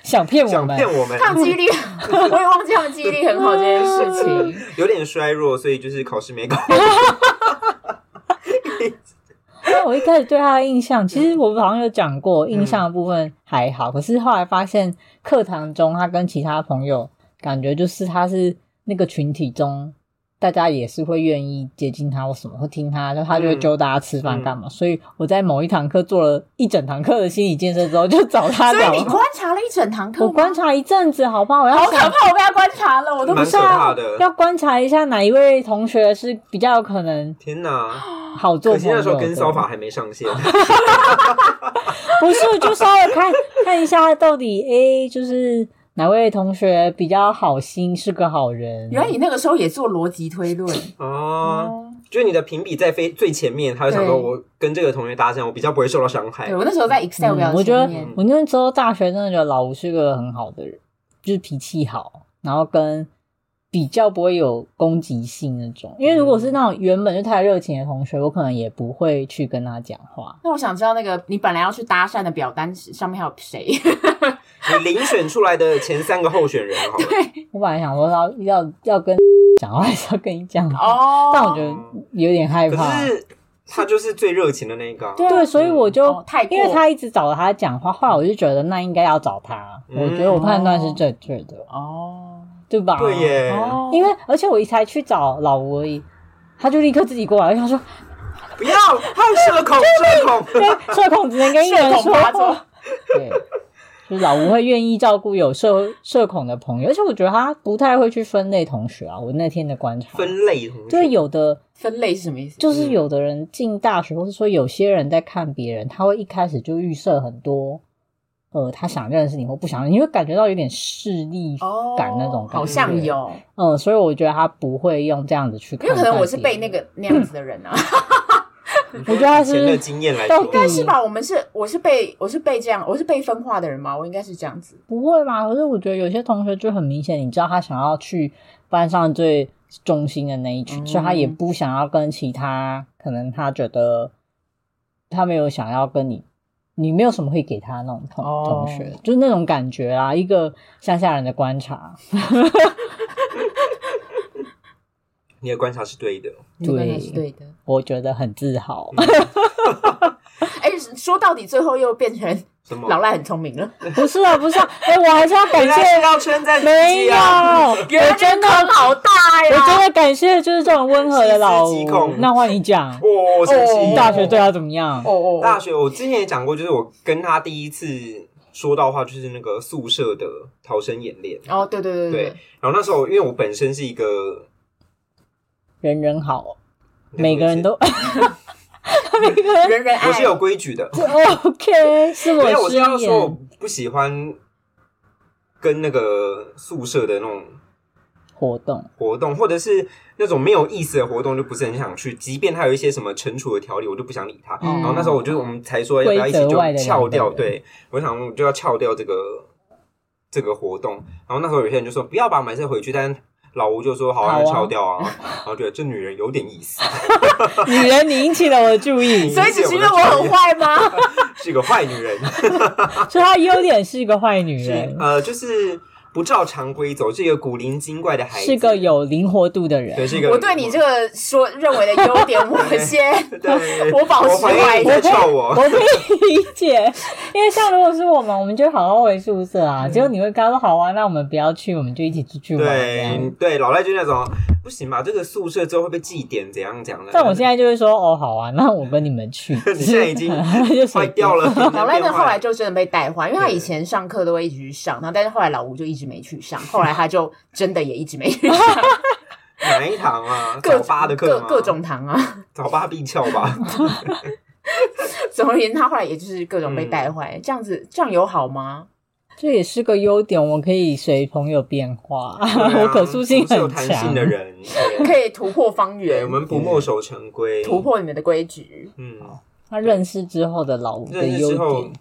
B: 想骗我
C: 想
B: 们
C: 骗？我们，
A: 他们记忆力，我也忘记他们记忆力很好这件事情。
C: *laughs* 有点衰弱，所以就是考试
B: *laughs*
C: 没考。
B: 那我一开始对他的印象，其实我好像有讲过，印象的部分还好，
C: 嗯
B: 可是后来发现课堂中他跟其他朋友，感觉就是他是那个群体中，大家也是会愿意接近他或什么，会听他，就他就会揪大家吃饭
C: 嗯
B: 干嘛。所以我在某一堂课做了一整堂课的心理建设之后，就找他
A: 所
B: 聊
A: 以你。观察了一整堂课吗，
B: 我观察一阵子，好不好？我要
A: 好可
B: 想
A: 怕，我被他观察了，我都不
C: 蛮
A: 知
C: 可怕
A: 道。
C: 的。
B: 要观察一下哪一位同学是比较有可能
C: 天哪！
B: 好做
C: 可
B: 朋
C: 惜
B: 友
C: 那
B: 的。
C: 时候跟
B: *laughs*
C: 骚法还没上线，
B: 不是，就稍微看看一下到底诶，就是哪位同学比较好心，是个好人。
A: 原来你那个时候也做逻辑推论
C: 嗯哦，
A: 哦。
C: 就是你的评比在非最前面，他就想说
A: 对
C: 我跟这个同学搭讪，我比较不会受到伤害
A: 对，。我那时候在 Excel 表
B: 嗯，我觉
A: 前
B: 得
A: 面，
B: 我那时候大学真的觉得老吴是个很好的人，就是脾气好，然后跟比较不会有攻击性那种。因为如果是那种原本就太热情的同学，我可能也不会去跟他讲话。
A: 那我想知道那个你本来要去搭讪的表单上面还有
B: *laughs*
A: 谁？
C: 你遴选出来的前三个候选人，
B: *laughs*
C: 好了，
B: 我本来想说要要要跟讲话，还是要跟你讲话，
A: 哦，
B: 但我觉得有点害怕。
C: 可是他就是最热情的那个啊、
A: 对
B: 对，所以我就、
A: 哦太过
B: 因为他一直找他讲话，后来我就觉得那应该要找他，
C: 嗯
B: 我觉得我判断是正确的，
A: 哦
B: 对吧？
C: 对，耶，
A: 哦，
B: 因为而且我一才去找老吴而已，他就立刻自己过来，我想说，
C: 不要，还有社恐，社恐，
B: 哎对，社恐只能跟一个人
A: 社恐
B: 说
A: 发作
B: 话，对，就是老吴会愿意照顾有社社恐的朋友，而且我觉得他不太会去分类同学啊。我那天的观察，
C: 分类同学
B: 就是有的
A: 分类是什么意思？
B: 就是有的人进大学，或是说有些人在看别人，他会一开始就预设很多，呃，他想认识你或不想认识你，你会感觉到有点势利
A: 哦，
B: 感那种感觉，
A: 好像有，
B: 嗯，所以我觉得他不会用这样子去看
A: 因为
B: 待别
A: 可
B: 人，
A: 能我是被那个那样子的人
C: 嗯
A: 啊，
B: 我觉得他
C: 以前
B: 是
C: 的经验来说
B: 到，底
A: 但是吧，我们是我是被我是被这样，我是被分化的人嘛，我应该是这样子。
B: 不会吧？可是我觉得有些同学就很明显，你知道他想要去班上最中心的那一群，
A: 嗯
B: 所以他也不想要跟其他，可能他觉得他没有想要跟你，你没有什么会给他那种同、
A: 哦
B: 同学，就是那种感觉啊。一个乡下人的观察，
C: 你的观察是对的。
A: 你的观察是对的。
B: 我觉得很自豪。
C: 嗯
A: 哎、说到底，最后又变成
C: 什么？
A: 老赖很聪明了，
B: *laughs* 不是啊，不是啊，哎、我还是要感
C: 原来是
B: 谢，
C: 要称赞自
B: 没
C: 己
B: 有，
A: *laughs*
C: 啊！
B: 我真
A: 原
B: 的。
A: 来这个坑好
C: 哎
A: 大
B: 我真
A: 呀！
B: 的感谢，就是这种温和的老
C: 细思
B: 吴。
C: 极恐
B: 那换你讲，
C: 哦，神
A: 哦
C: 奇！
B: 大学对他怎么样？
A: 哦哦，
C: 大学我之前也讲过，就是我跟他第一次说到话，就是那个宿舍的逃生演练。
A: 哦，对对对
C: 对，然后那时候因为我本身是一个
B: 人人好，每个人
C: *laughs*
B: 都
A: 对，人人爱
C: 我是有规矩的，
B: OK，是
C: 没有，我
B: 失
C: 是要说我
B: 言，
C: 不喜欢跟那个宿舍的那种
B: 活动，
C: 活动，或者是那种没有意思的活动，就不是很想去。即便它有一些什么惩处的条例，我就不想理它。
B: 嗯
C: 然后那时候我就我们才说要不要一起
B: 规则外
C: 就
B: 的
C: 翘掉，
B: 两个人
C: 对我想我就要翘掉这个这个活动。然后那时候有些人就说不要吧，买车回去，但老吴就说好
B: 好啊
C: 啊，就翘掉啊。然后觉得这女人有点意思， *laughs*
B: 女人你引起了我的注意，
A: 所以只是因为我很坏吗？
C: 是一个坏女人，
B: *laughs* 所以她优点是一个坏女
C: 是
B: 人，
C: 呃就是不照常规走，是一个古灵精怪的孩子，
B: 是个有灵活度的人。
C: 对，是一个
A: 我对你这个说认为的优
C: *laughs*
A: 点，我先
C: 对
A: 我保持
C: 怀疑
A: 怀疑
C: 你在笑我
B: 我。可以理解，因为像如果是我们，我们就好好回宿舍啊。
C: 嗯
B: 结果你会跟他说好啊，那我们不要去，我们就一起出去玩。这样
C: 对对，老赖就那种不行吧，这个宿舍之后会被祭点，怎样讲的？
B: 但我现在就会说哦，好啊，那我跟你们去。
C: 你 *laughs* 现在已经
B: *laughs* 就随
C: 坏
B: 便
C: 掉了。
A: 老赖呢，后来
C: 就
A: 就真的被带坏，因为他
C: 对
A: 以前上课都会一直去上，然后但是后来老吴就一直没去上，后来他就真的也一直没去上
C: 哪一堂啊？
A: 各
C: 早八的课
A: 各
C: 吗
A: 各种堂啊。
C: 早八必翘
A: *laughs*
C: 吧？
A: 总而言之，他后来也就是各
C: 嗯
A: 种被带坏，这样子这样有好吗？
B: 这也是个优点，我可以随朋友变化， *laughs* 我可塑性
C: 我啊是有
B: 很
C: 弹
B: 强
C: 性的。人，对
A: 可以突破方
C: 对，
A: 圆
C: 我，们不墨守成规，
A: 突。破你们的规矩。
C: 嗯，
B: 他认识之后的老吴的
C: 认识之
B: 优
C: 后
B: 点，，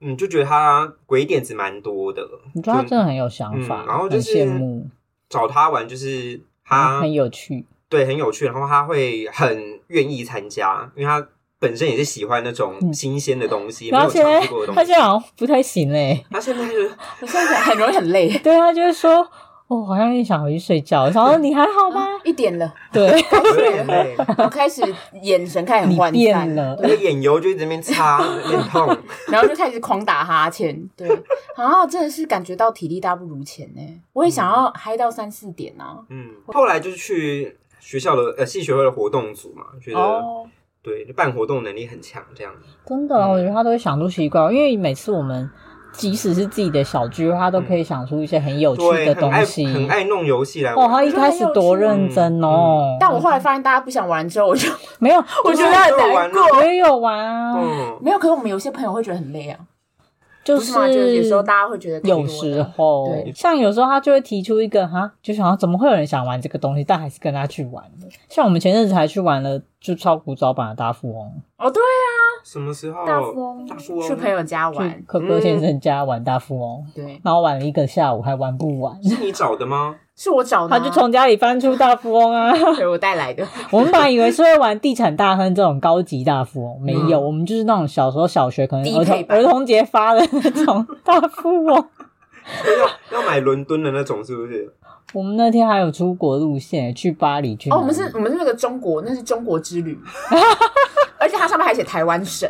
C: 嗯，就觉得他鬼点子蛮多的。
B: 你觉得他
C: 就
B: 真的很有想法，
C: 嗯然后就是
B: 很羡慕，
C: 找他玩，就是他
B: 嗯很有趣。
C: 对，很有趣，然后他会很愿意参加，因为他本身也是喜欢那种新鲜的东西，没
B: 然
C: 有
B: 后现在
C: 尝试过的
B: 嗯他现
C: 东西。
B: 在好像不太行嘞，
C: 他现在就是
A: 我现在很容易很累，
B: 对他就是说，我、好像有点想回去睡觉。然后你还好吗？
A: 一点了，
B: *laughs* 对，
C: 有点累，
A: 然后开始眼神开始很
B: 你
A: 涣
B: 变
A: 散，
B: 了，
C: 那个眼油就一直在那边擦，有点痛。
A: 然后就开始狂打哈欠。对，啊，真的是感觉到体力大不如前呢。我也想要嗨到三四点啊。
C: 嗯，后来就是去学校的呃系学会的活动组嘛，觉得、
A: 哦，
C: 对办活动能力很强，这样
B: 真的，我觉得他都会想出奇怪，因为每次我们即使是自己的小聚会，他都可
A: 嗯
B: 以想出一些很有趣
C: 对，
B: 的
C: 很
B: 东
C: 爱
B: 西。
C: 很爱弄游戏来
B: 哦，
C: 玩。
B: 他一开始多认真哦，
A: *laughs* 但我后来发现大家不想玩之后，我就
B: 没有，
A: 嗯我觉得
B: 啊
A: 很难过。
B: 我也有玩啊，
C: 嗯，
A: 没有，可是我们有些朋友会觉得很累啊，
B: 就
A: 不是吗？就是有时候大家会觉得太多
B: 有
A: 了
B: 时候
A: 对，
B: 像有时候他就会提出一个哈，就想要怎么会有人想玩这个东西，但还是跟他去玩的。像我们前阵子还去玩了，就超古早版的大富翁，
A: 哦，对，
C: 什么时候？
A: 大富翁
C: 大富翁
A: 去朋友家
B: 去
A: 玩，嗯
B: 可可先生家玩大富翁，
A: 对，
B: 然后玩了一个下午还玩不完，
C: 是你找的吗？
A: 是我找的
B: 他
A: 啊，
B: 就从家里翻出大富翁啊。 *laughs*
A: *laughs* 对我带来的，
B: 我们本来以为是会玩地产大亨这种高级大富翁，没有，我们就是那种小时候小学可能
A: 嗯
B: 儿
A: 低
B: 童
A: 配版
B: 儿童节发的那种大富翁。
C: 要要买伦敦的那种是不是？
B: 我们那天还有出国路线，去巴黎去哪
A: 哦，
B: 里。
A: 我们是我们是那个中国，那是中国之
B: *laughs*
A: 旅，而且它上面还写台湾省，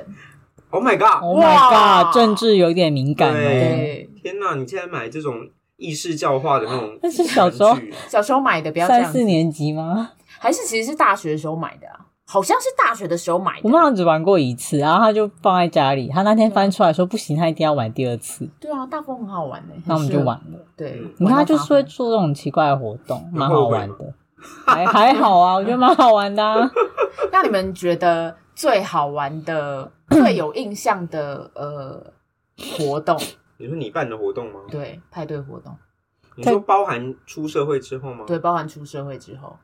C: Oh my god！
B: Oh my
A: 哇
B: god，政治有点敏感哦。
C: 对
A: 对，
C: 天哪！你竟然买这种意式教化的那种玩具？
B: 那是小时候
A: 小时候买的，不要这
B: 三
A: 样子
B: 四，年级吗？
A: 还是其实是大学的时候买的啊，好像是大学的时候买
B: 我们好
A: 的。
B: 像只玩过一次，然后他就放在家里。他那天翻出来说不行，他一定要玩第二次。
A: 对啊，大风很好玩的、
B: 那我们
A: 很适合
B: 就玩了。
A: 对
C: 嗯，
B: 你看，他就是会
A: 玩到大风
B: 做这种奇怪的活动，
C: 有
B: 蛮好玩的。还 *laughs* 还好啊，我觉得蛮好玩的、啊。
A: 那你们觉得最好玩
B: *clears throat*
A: 的、最有印象的呃活动？
C: 你说你办的活动吗？
A: 对，派对活动，
C: 你说包含出社会之后吗？
A: 对，包含出社会之后，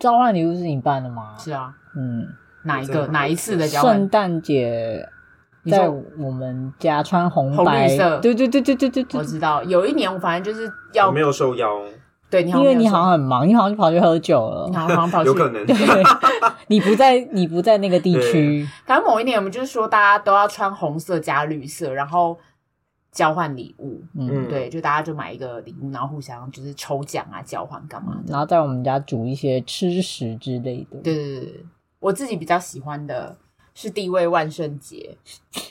B: 召唤礼物是你办的吗？
A: 是啊，
B: 嗯，
A: 哪一
C: 真
A: 个
C: 的
A: 哪一次的交
B: 圣
A: 换？
B: 诞节
A: 你说
B: 在我们家穿红
A: 红
B: 白
A: 绿色
B: 对对对对对对对
A: 我，知道，有一年我反正就是
C: 我
A: 要
C: 没有受邀，
A: 对你好
B: 因
A: 像没
B: 为
A: 有说，
B: 你好像很忙，你好像就跑去喝酒了
A: 你。好像跑去
C: 有可能。
B: 对， *laughs* 你不在，你不在那个地区，
A: 反正某一年我们就是说大家都要穿红色加绿色，然后交换礼物。
B: 嗯，
C: 嗯
A: 对，就大家就买一个礼物，然后互相就是抽奖啊、交换干嘛的。
B: 然后在我们家煮一些吃食之类
C: 嗯
B: 的。
A: 对对对对，我自己比较喜欢的是地位万圣
C: *laughs*
A: 节，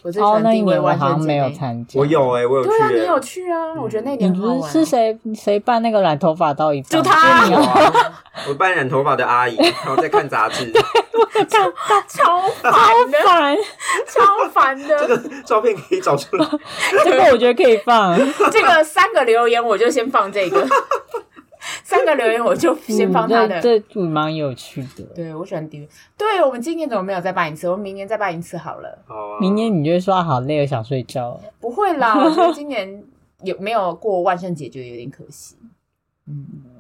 A: 我最喜
B: 哦，
A: 欢
B: 那一
A: 地位
B: 年我
A: 万
B: 好
A: 圣
B: 像
A: 节
B: 没有
A: 那一
B: 参加，
C: 我有哎、我有去、
A: 对啊，
C: 欸，
A: 你有去啊？我觉得那年
B: 你
A: 很好
B: 不
A: 玩。
B: 是是谁谁办那个染头发到一半？
A: 就他
B: 是你啊
C: 我扮染头发的阿姨，然后在看杂志，
A: 啊
B: *laughs*
A: 超烦的，
B: 烦，
A: 超烦的。
C: 这个照片可以找出来。
B: 这个我觉得可以放。
A: 这个三个留言我就先放这个， *laughs* 三个留言我就先放他的。
B: 嗯这这蛮有趣的。
A: 对，我喜欢 D V。对我们今年怎么没有再办一次？我们明年再办一次好了。
C: 好啊，
B: 明天你就会说啊好累，我想睡觉了。
A: 不会啦，我觉得今年有没有过万圣节，觉得有点可惜。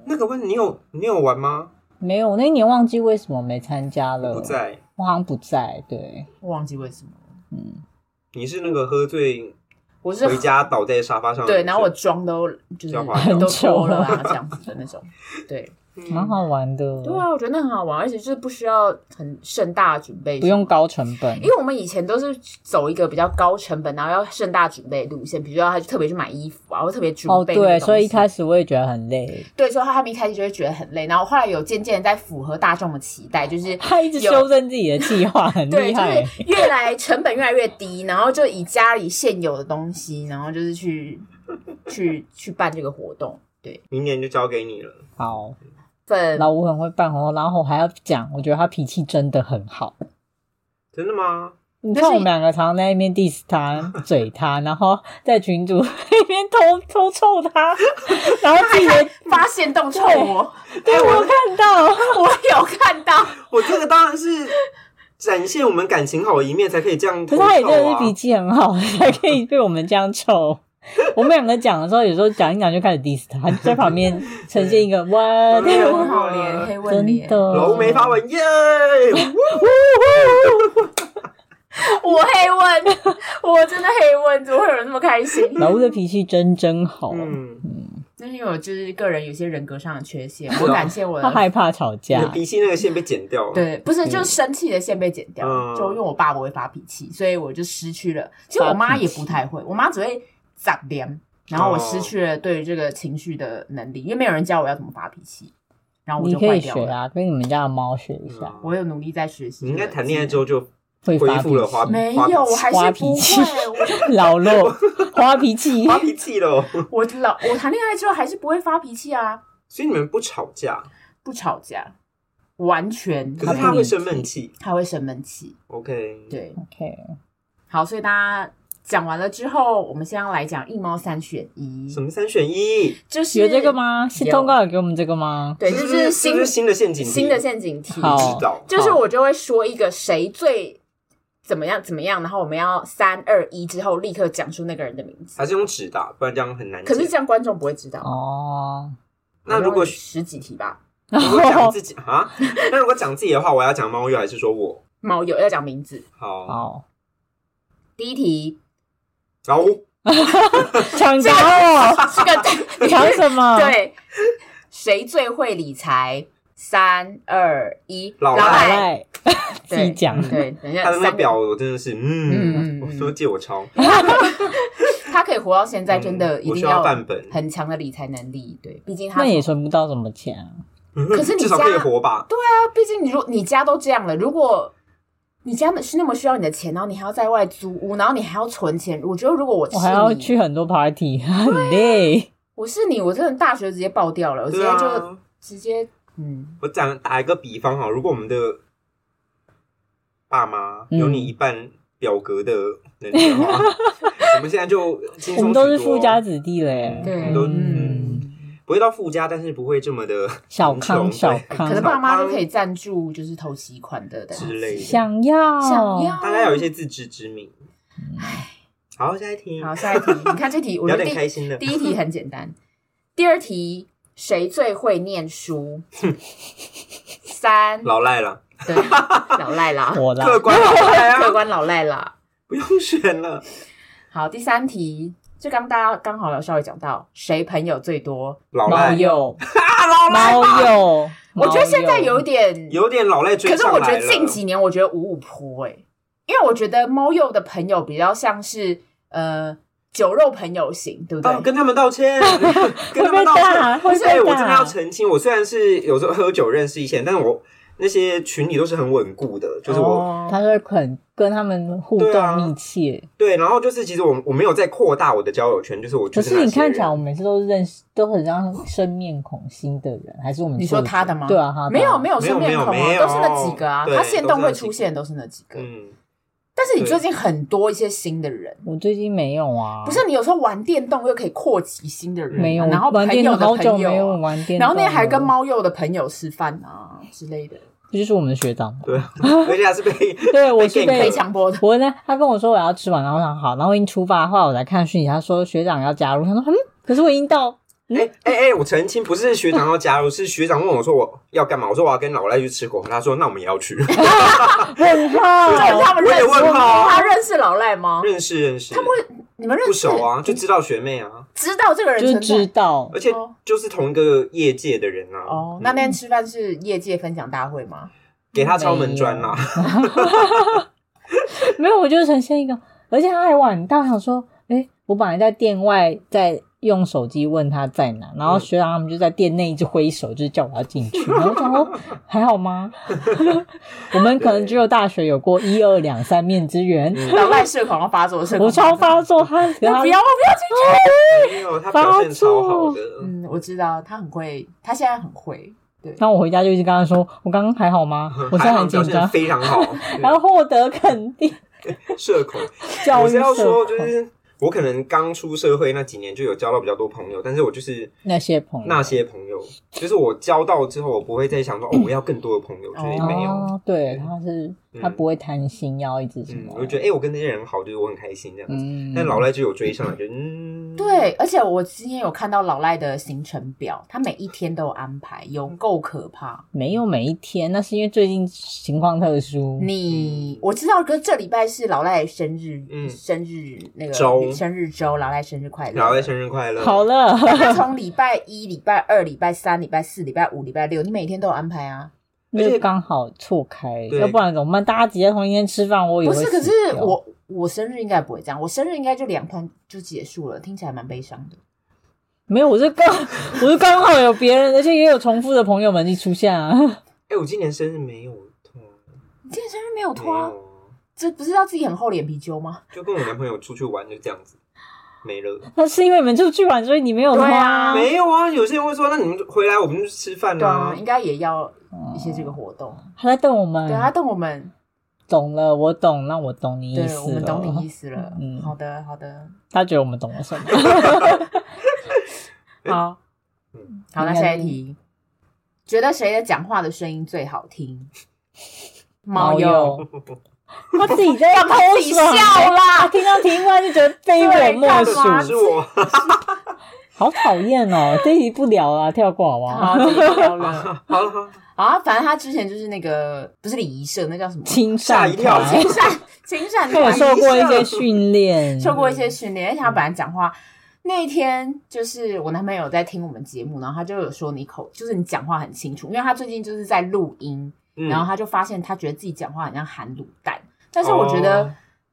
C: 那个问你有你有玩吗？
B: 没有，我那一年忘记为什么没参加了，
A: 嗯
C: 不，在，
B: 我好像不在。对，
A: 我忘记为什么了，
B: 嗯，
C: 你是那个喝醉
A: 我是
C: 回家倒在沙发上的
A: 对，
C: 人，
A: 然后我妆都就是
C: 要化妆
A: 都脱了啊，这样子的那
C: *laughs*
A: 种。对，
C: 嗯
B: 蛮好玩的，
A: 嗯对啊，我觉得那很好玩，而且就是不需要很盛大的准备，
B: 不用高成本
A: 因。为我们以前都是走一个比较高成本，然后要盛大准备的路线，比如说他特别去买衣服啊，或特别准
B: 哦，
A: 备那个东西、
B: 对，所以一开始我也觉得很累，
A: 对，所以他们一开始就会觉得很累，然后后来有渐渐地在符合大众的期待，就是
B: 他一直
A: 有
B: 修正自己的计划，很
A: 对，
B: 厉
A: 就
B: 害。
A: 是越来成本越来越低，然后就以家里现有的东西，然后就是去去去办这个活动。对，
C: 明年就交给你了。
B: 好，
A: 粉
B: 老吴很会办活动，然后我还要讲，我觉得他脾气真的很好。
C: 真的吗？
B: 你
A: 但是
B: 看我们两个常常在那边 diss 他、嘴他，然后在群主 *laughs* 那边偷偷臭他，然后自己也
A: 发现动臭我，
B: 对我看到，
A: 我有看
B: *laughs*
A: 到，
C: 我这个当然是展现我们感情好的一面才可以这样
B: 可
C: 偷
B: 是
C: 笑啊。
B: 他也真的是脾气很好， *laughs* 才可以被我们这样臭。我们两个讲的时候，有时候讲一讲就开始 diss 他，就在旁边呈现一个 what，
C: 对
A: 黑
C: 我
A: 问号脸，黑问
B: 哎真
A: 脸，
B: 的，
C: 楼没发文耶，
A: 我黑问，我真的黑问，怎么会有人那么开心？
B: 老吴的脾气真真好，
C: 嗯，
A: 那是因为我就是个人有些人格上的缺
B: *laughs*
A: 陷，
C: 是
A: 我
C: 哦
A: 感谢我
B: 他
A: 啊的。
B: 害怕吵
C: 你
B: 架
C: 的，脾气那个线被剪掉了。，
A: 对，不是，就是生气的线被剪掉了，
C: 嗯
A: 就因为我爸不会发脾气，所以我就失去了。其实我妈也不太会，我妈只会长脸，然
C: 哦
A: 后我失去了对于这个情绪的能力，因为没有人教我要怎么发脾气，然后我
B: 你
A: 就
B: 可
A: 坏
B: 以
A: 掉
B: 学
A: 了。
B: 啊，跟你们家的猫学一下，
A: 我有努力在学习。
C: 嗯你应该谈恋爱之后，就
B: 会
C: 恢
B: 发脾
C: 复了花
B: 气
C: 瓶。
A: 没有，我还
B: 花
A: 是
B: 脾
A: 不
B: 气
A: 会。我就
B: 老肉花脾
C: *laughs*
B: 气，
C: 发脾气了，
A: 我 *laughs* 老我谈恋爱之后还是不会发脾气啊，
C: 所以你们不吵架，
A: 不吵架，完全
C: 可是他会生闷气。
A: 他会生闷气。
C: OK，，
A: 对，
B: OK，
A: 好，所以大家讲完了之后，我们先要来讲一猫三选一，
C: 什么三选一？
A: 就是
B: 有这个？吗？是
A: 有
B: 通告有给我们这个吗？
A: 对，
C: 是
A: 就
C: 不是是
A: 新
C: 不是新的陷阱题？
A: 新的陷阱题，
B: 好
C: 知道，
A: 就是我就会说一个谁最怎么样怎么样，然后我们要三二一之后立刻讲出那个人的名字。
C: 还是用纸打，不然这样很难解。
A: 嗯可是这样观众不会知道。
B: 哦，
C: 那如
A: 我
C: 果
A: 们十几题吧，
C: 如果讲自己啊， *laughs* 那如果讲自己的话，我要讲猫又还是说我
A: 猫友要讲名字。
C: 好？
B: 好，
A: 第一
B: *laughs*
A: 题，
C: 然后
B: 抢答哦，
A: *laughs* 这个
B: 抢什么？，
A: *laughs* 对，谁最会理财？三二一，
C: 老赖
A: 赖。
B: 来 *laughs* 自己讲。
A: 对，等一下，
C: 他的那
A: 三
C: 表我真的是，
A: 嗯嗯
C: 嗯，
A: 嗯
C: 我说借我抄，
A: 他可以活到现在，真的
C: 嗯
A: 一
C: 我
A: 定
C: 需要
A: 要
C: 范本，
A: 很强的理财能力。对，毕竟他
B: 那也存不到什么钱啊，
A: 可是你
C: 至少
A: 家
C: 可以活吧？
A: 那毕竟你如你家都这样了，如果你家是那么需要你的钱，然后你还要在外租屋，然后你还要存钱，我觉得如果我是
B: 我还要
A: 你，
B: 去很多 party，很累。
A: 我是你，我真的大学直接爆掉了，我直
C: 对
A: 接就、
C: 啊，
A: 直接嗯，
C: 我讲打一个比方哈，如果我们的爸妈
A: 嗯
C: 有你一半表格的能力的
A: *laughs*
C: 话，我们现在就轻
B: 我
C: 松
B: 们
C: 许多哦
B: 都是富家子弟了耶，
A: 对
C: 我们都嗯
B: 嗯，
C: 不会到富家，但是不会这么的
B: 小
C: 贫
B: 康
C: 穷
B: 小
C: 对
B: 康
A: 可能爸妈都可以赞助，就是投期款的东西
C: 之类的
B: 想要
A: 想要
C: 嗯大家有一些自知之明。嗯好，下一题，
A: 好，下一题，你看这题，我
C: 聊
A: 觉得
C: 点开
A: 第
C: 心的
A: 第。一题很简单，第二题谁最会念
C: *laughs*
A: 书？三
C: 老赖了，
A: 对，老赖
C: *laughs*
A: 啦，
B: 我啦，
C: 客官老赖
A: 客
C: 啊，
A: 观老赖啦。
C: 不用选了。
A: 好，第三题，就刚大家刚好有稍微讲到谁朋友最多，
C: 老
B: 猫
C: 赖
B: 友，
C: 啊，老赖
B: 猫友，
A: 我觉得现在有
B: 点
A: 点
C: 有点老赖追
A: 可是
C: 上
A: 我
C: 来了。
A: 觉得近几年，我觉得五五坡哎、因为我觉得猫鼬的朋友比较像是呃酒肉朋友型，对不对？
C: 哦，跟他们道歉，跟他们道
B: 打，
C: 歉。
B: 会
C: 所以
B: 被
C: 我真的
B: 打
C: 要，澄清，我虽然是有时候喝酒认识一些人，但是我那些群里都是很稳固的，就是我、
B: 他
A: 哦、
B: 会很跟他们互
C: 对啊
B: 动密切。
C: 对，然后就是其实我我没有在扩大我的交友圈，就是我
B: 可
C: 就是那
B: 你
C: 些
B: 看起来，
C: 人
B: 我们每次都认识，都很像生面孔新的人，还是我们
A: 你说
B: 错觉
A: 他的吗
B: 对啊，他的
A: 哦没有没有
C: 没
A: 生
C: 有
A: 面
C: 没有
A: 孔
C: 没
A: 啊，
C: 有
A: 都是那几个啊，
C: 对
A: 他现动会出
C: 都是那几个
A: 现都是那几个。
C: 嗯，
A: 但是你
C: 对
A: 最近很多一些新的人，
B: 我最近没有啊，
A: 不是你有时候玩电动又可以扩及新的人啊，
B: 没有，
A: 然后
B: 玩
A: 朋
B: 电
A: 友
B: 动
A: 的
B: 好久
A: 朋
B: 没有
A: 友啊、
B: 玩电动了，
A: 然后那天还跟猫鼬的朋友吃饭啊之类的，
B: 这就是我们的学长嘛。
C: 对，而且还是被
B: 对，我是
C: 被
A: 被
B: 被
C: gank
A: 强迫的。
B: 我呢，他跟我说我要吃完，然后我想好，然后我已经出发的话，我来看讯息，他说学长要加入，他说嗯，可是我已
A: *laughs*
B: 经到，
C: 哎哎哎，我澄清，不是学长要加入，是学长问我说我要干嘛，我说我要跟老赖去吃火锅，他说那我们也要去，
B: 问
A: 对，
B: 号，
A: 他们认识
C: 我也问号啊
A: 他认识老赖吗？
C: 认识认识，
A: 他们会你们认识
C: 不熟啊，就知道学妹啊，
A: 知道这个人
B: 就是
A: 存在
B: 知道
C: 而且
A: 哦
C: 就是同一个业界的人啊，
A: 哦，
C: 嗯
A: 那那天吃饭是业界分享大会
B: *laughs*
A: 吗？
C: 给他敲门砖啊啦，
B: 没有，我就呈现一个，而且他还晚到，我想说，哎，我本来在店外在用手机问他在哪，然后学长他们就在店内一直挥手，就是叫我要进去，然后我
A: *laughs*
B: 想说还好吗？ *laughs* 我们可能只有大学有过一二两三面
A: *laughs*
B: 之缘，
A: 老赖社恐要发作，社恐
B: 我超发啊作，他
A: 不要，我
B: 他
A: 不要进去。
C: 没有，他表现超好的，
A: 嗯，我知道他很会，他现在很会。
B: 然后我回家就一直跟他说，我刚刚还好吗？我现在
C: 还好
B: 很紧
C: 嗯表现
B: 张，
C: 非常好，
B: *laughs* 然后获得肯
C: *laughs*
B: 定，
C: 对社恐，
B: 教
C: 我
B: 育
C: 是要
B: 社
C: 说，
B: 恐
C: 就是我可能刚出社会那几年就有交到比较多朋友，但是我就是
B: 那些朋友，
C: 那些朋友，就是我交到之后，我不会再想说哦，我要更多的朋友，就是没有。
B: 嗯哦，对，他是他不会贪心，要一直什
C: 嗯，
B: 么，
C: 我就觉得哎、我跟那些人好，就是我很开心这样子。
B: 嗯，
C: 但老赖就有追上来，就嗯，，
A: 对，而且我今天有看到老赖的行程表，他每一天都有安排，有够可怕。
B: 没有每一天，那是因为最近情况特殊，
C: 嗯
A: 你我知道，哥这礼拜是老赖生日，
C: 嗯
A: 生日那个
C: 周
A: 生日周，老赖生日快乐，
C: 老赖生日快乐，
B: 好，了，
A: 他从礼拜一、礼拜二、礼拜三、礼拜四、礼拜五、礼拜六，你每天都有安排啊？
B: 那就刚好错开，
C: 对
B: 要不然怎么办？大家挤在同一天吃饭，我以
A: 不
B: 为
A: 是，可是我我生日应该不会这样，我生日应该就两团就结束了，听起来蛮悲伤的。
B: 没有，我是刚 *laughs* 我是刚好有别人，而且也有重复的朋友们一出现啊， *laughs*
C: 哎、我今年生日没有痛，
A: 你今天生日没有
C: 没
A: 拖、啊，
C: 有，
A: 这不是要自己很厚脸皮揪吗？
C: *laughs* 就跟我男朋友出去玩就这样子，没了。
B: 那是因为你们出去玩，所以你没有花
A: 对啊
C: 没有啊，有些人会说，那你们回来我们就吃饭
A: 对啊，
C: 啊
A: 应。该也要一些这个活动。
B: 他在瞪我们
A: 对，啊，他瞪我们，
B: 懂了，我懂，那我懂你意
A: 对，
B: 思
A: 我们懂你意思
B: 思。
A: 了。
B: 嗯
A: 好的，好的，
B: 他觉得我们懂了 *laughs* 什么？
A: 好，
C: 嗯
A: 好，那下一题，觉得谁的讲话的声音最好听？猫友，
B: 友，他自己在偷
A: 自己
B: 爽
A: 笑啦
B: 他听到题目他就觉得非我莫
A: 对干嘛
C: 是
B: 属，
C: 我， *laughs*
B: 好讨厌哦！这一题不聊了，跳过好不好？
A: 好，自己笑了。
C: 好了好了，
A: 啊，反正他之前就是那个不是礼仪社，那叫什
B: *laughs*
A: 么？
B: 青
C: 吓
B: 善
C: 一跳
B: 团
A: 青善青善
B: 他有
A: 团，
B: 啊 *laughs* 受过一些训练，
A: 受过一些训练，而且他本来讲话。那一天就是我男朋友在听我们节目，然后他就有说你口就是你讲话很清楚，因为他最近就是在录音，
C: 嗯
A: 然后他就发现他觉得自己讲话很像含卤蛋，但是我觉得
C: 哦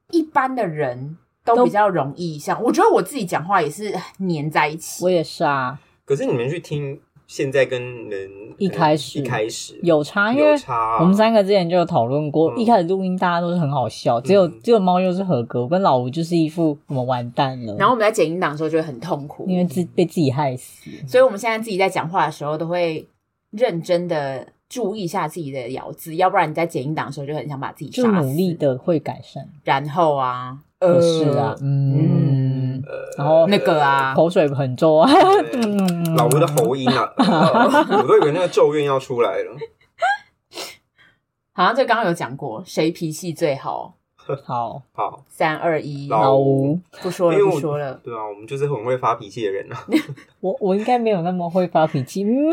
A: 一般的人都比较容易像，我觉得我自己讲话也是粘在一起
B: 我，也是啊，
C: 可是你们去听现在跟人
B: 一开始
C: 一开始
B: 有差，因为
C: 有差啊，
B: 我们三个之前就有讨论过，
C: 嗯
B: 一开始录音大家都是很好笑，只有
C: 嗯
B: 只有猫又是合格，我跟老吴就是一副我们完蛋了，
A: 然后我们在剪音档的时候就会很痛苦，
B: 因为自被自己害死，
A: 所以我们现在自己在讲话的时候都会认真的注意一下自己的咬字，要不然你在剪音档的时候就很想把自己
B: 就
A: 杀
B: 努力
A: 死。
B: 的会改善，
A: 然后啊，
B: 不
A: 呃，
B: 是啊，嗯，
C: 呃
B: 然后
A: 那个啊，
B: 口水很重啊，*laughs*
C: 对
B: 嗯
C: 老吴的喉音啊， *laughs* 呃我都以为那个咒怨要出来了。
A: 好像这刚刚有讲过，谁脾气最好？
B: 好，
C: 好，
A: 三二一，
C: 老
B: 老
C: 吴
B: 吴，
A: 不说
C: 因
A: 了，
C: 为我
A: 不说了。
C: 对啊，我们就是很会发脾气的人啊。
B: 我我应该没有那么会发脾气， *laughs* 嗯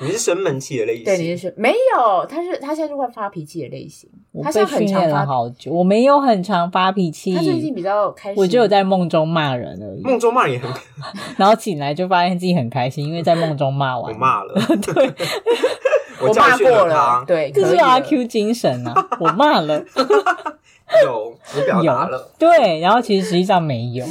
C: 你是生闷气的类型，
A: 对，你是说没有？他是他现在就会发脾气的类型，
B: 我
A: 他
B: 被
A: 现在很
B: 训
A: 常
B: 练了
A: 发，
B: 好久，我没有很常发脾气
A: 他，最近比较开始，
B: 嗯我只有在梦中骂人而已，
C: 梦中骂人也很，
B: 然后醒来就发现自己很开心，因为在梦中骂
C: 我
B: 完，
C: 骂了， *laughs* 对，
A: 我
C: 教
A: 骂
C: 训
A: 过
C: 他，
A: 对，
B: 这
A: 可以啊
B: 是
A: 了
B: 阿 Q 精神
A: *laughs*
B: 啊，我骂了，
C: 有我表达
B: 有
C: 了，
B: 对，然后其实实际上没有，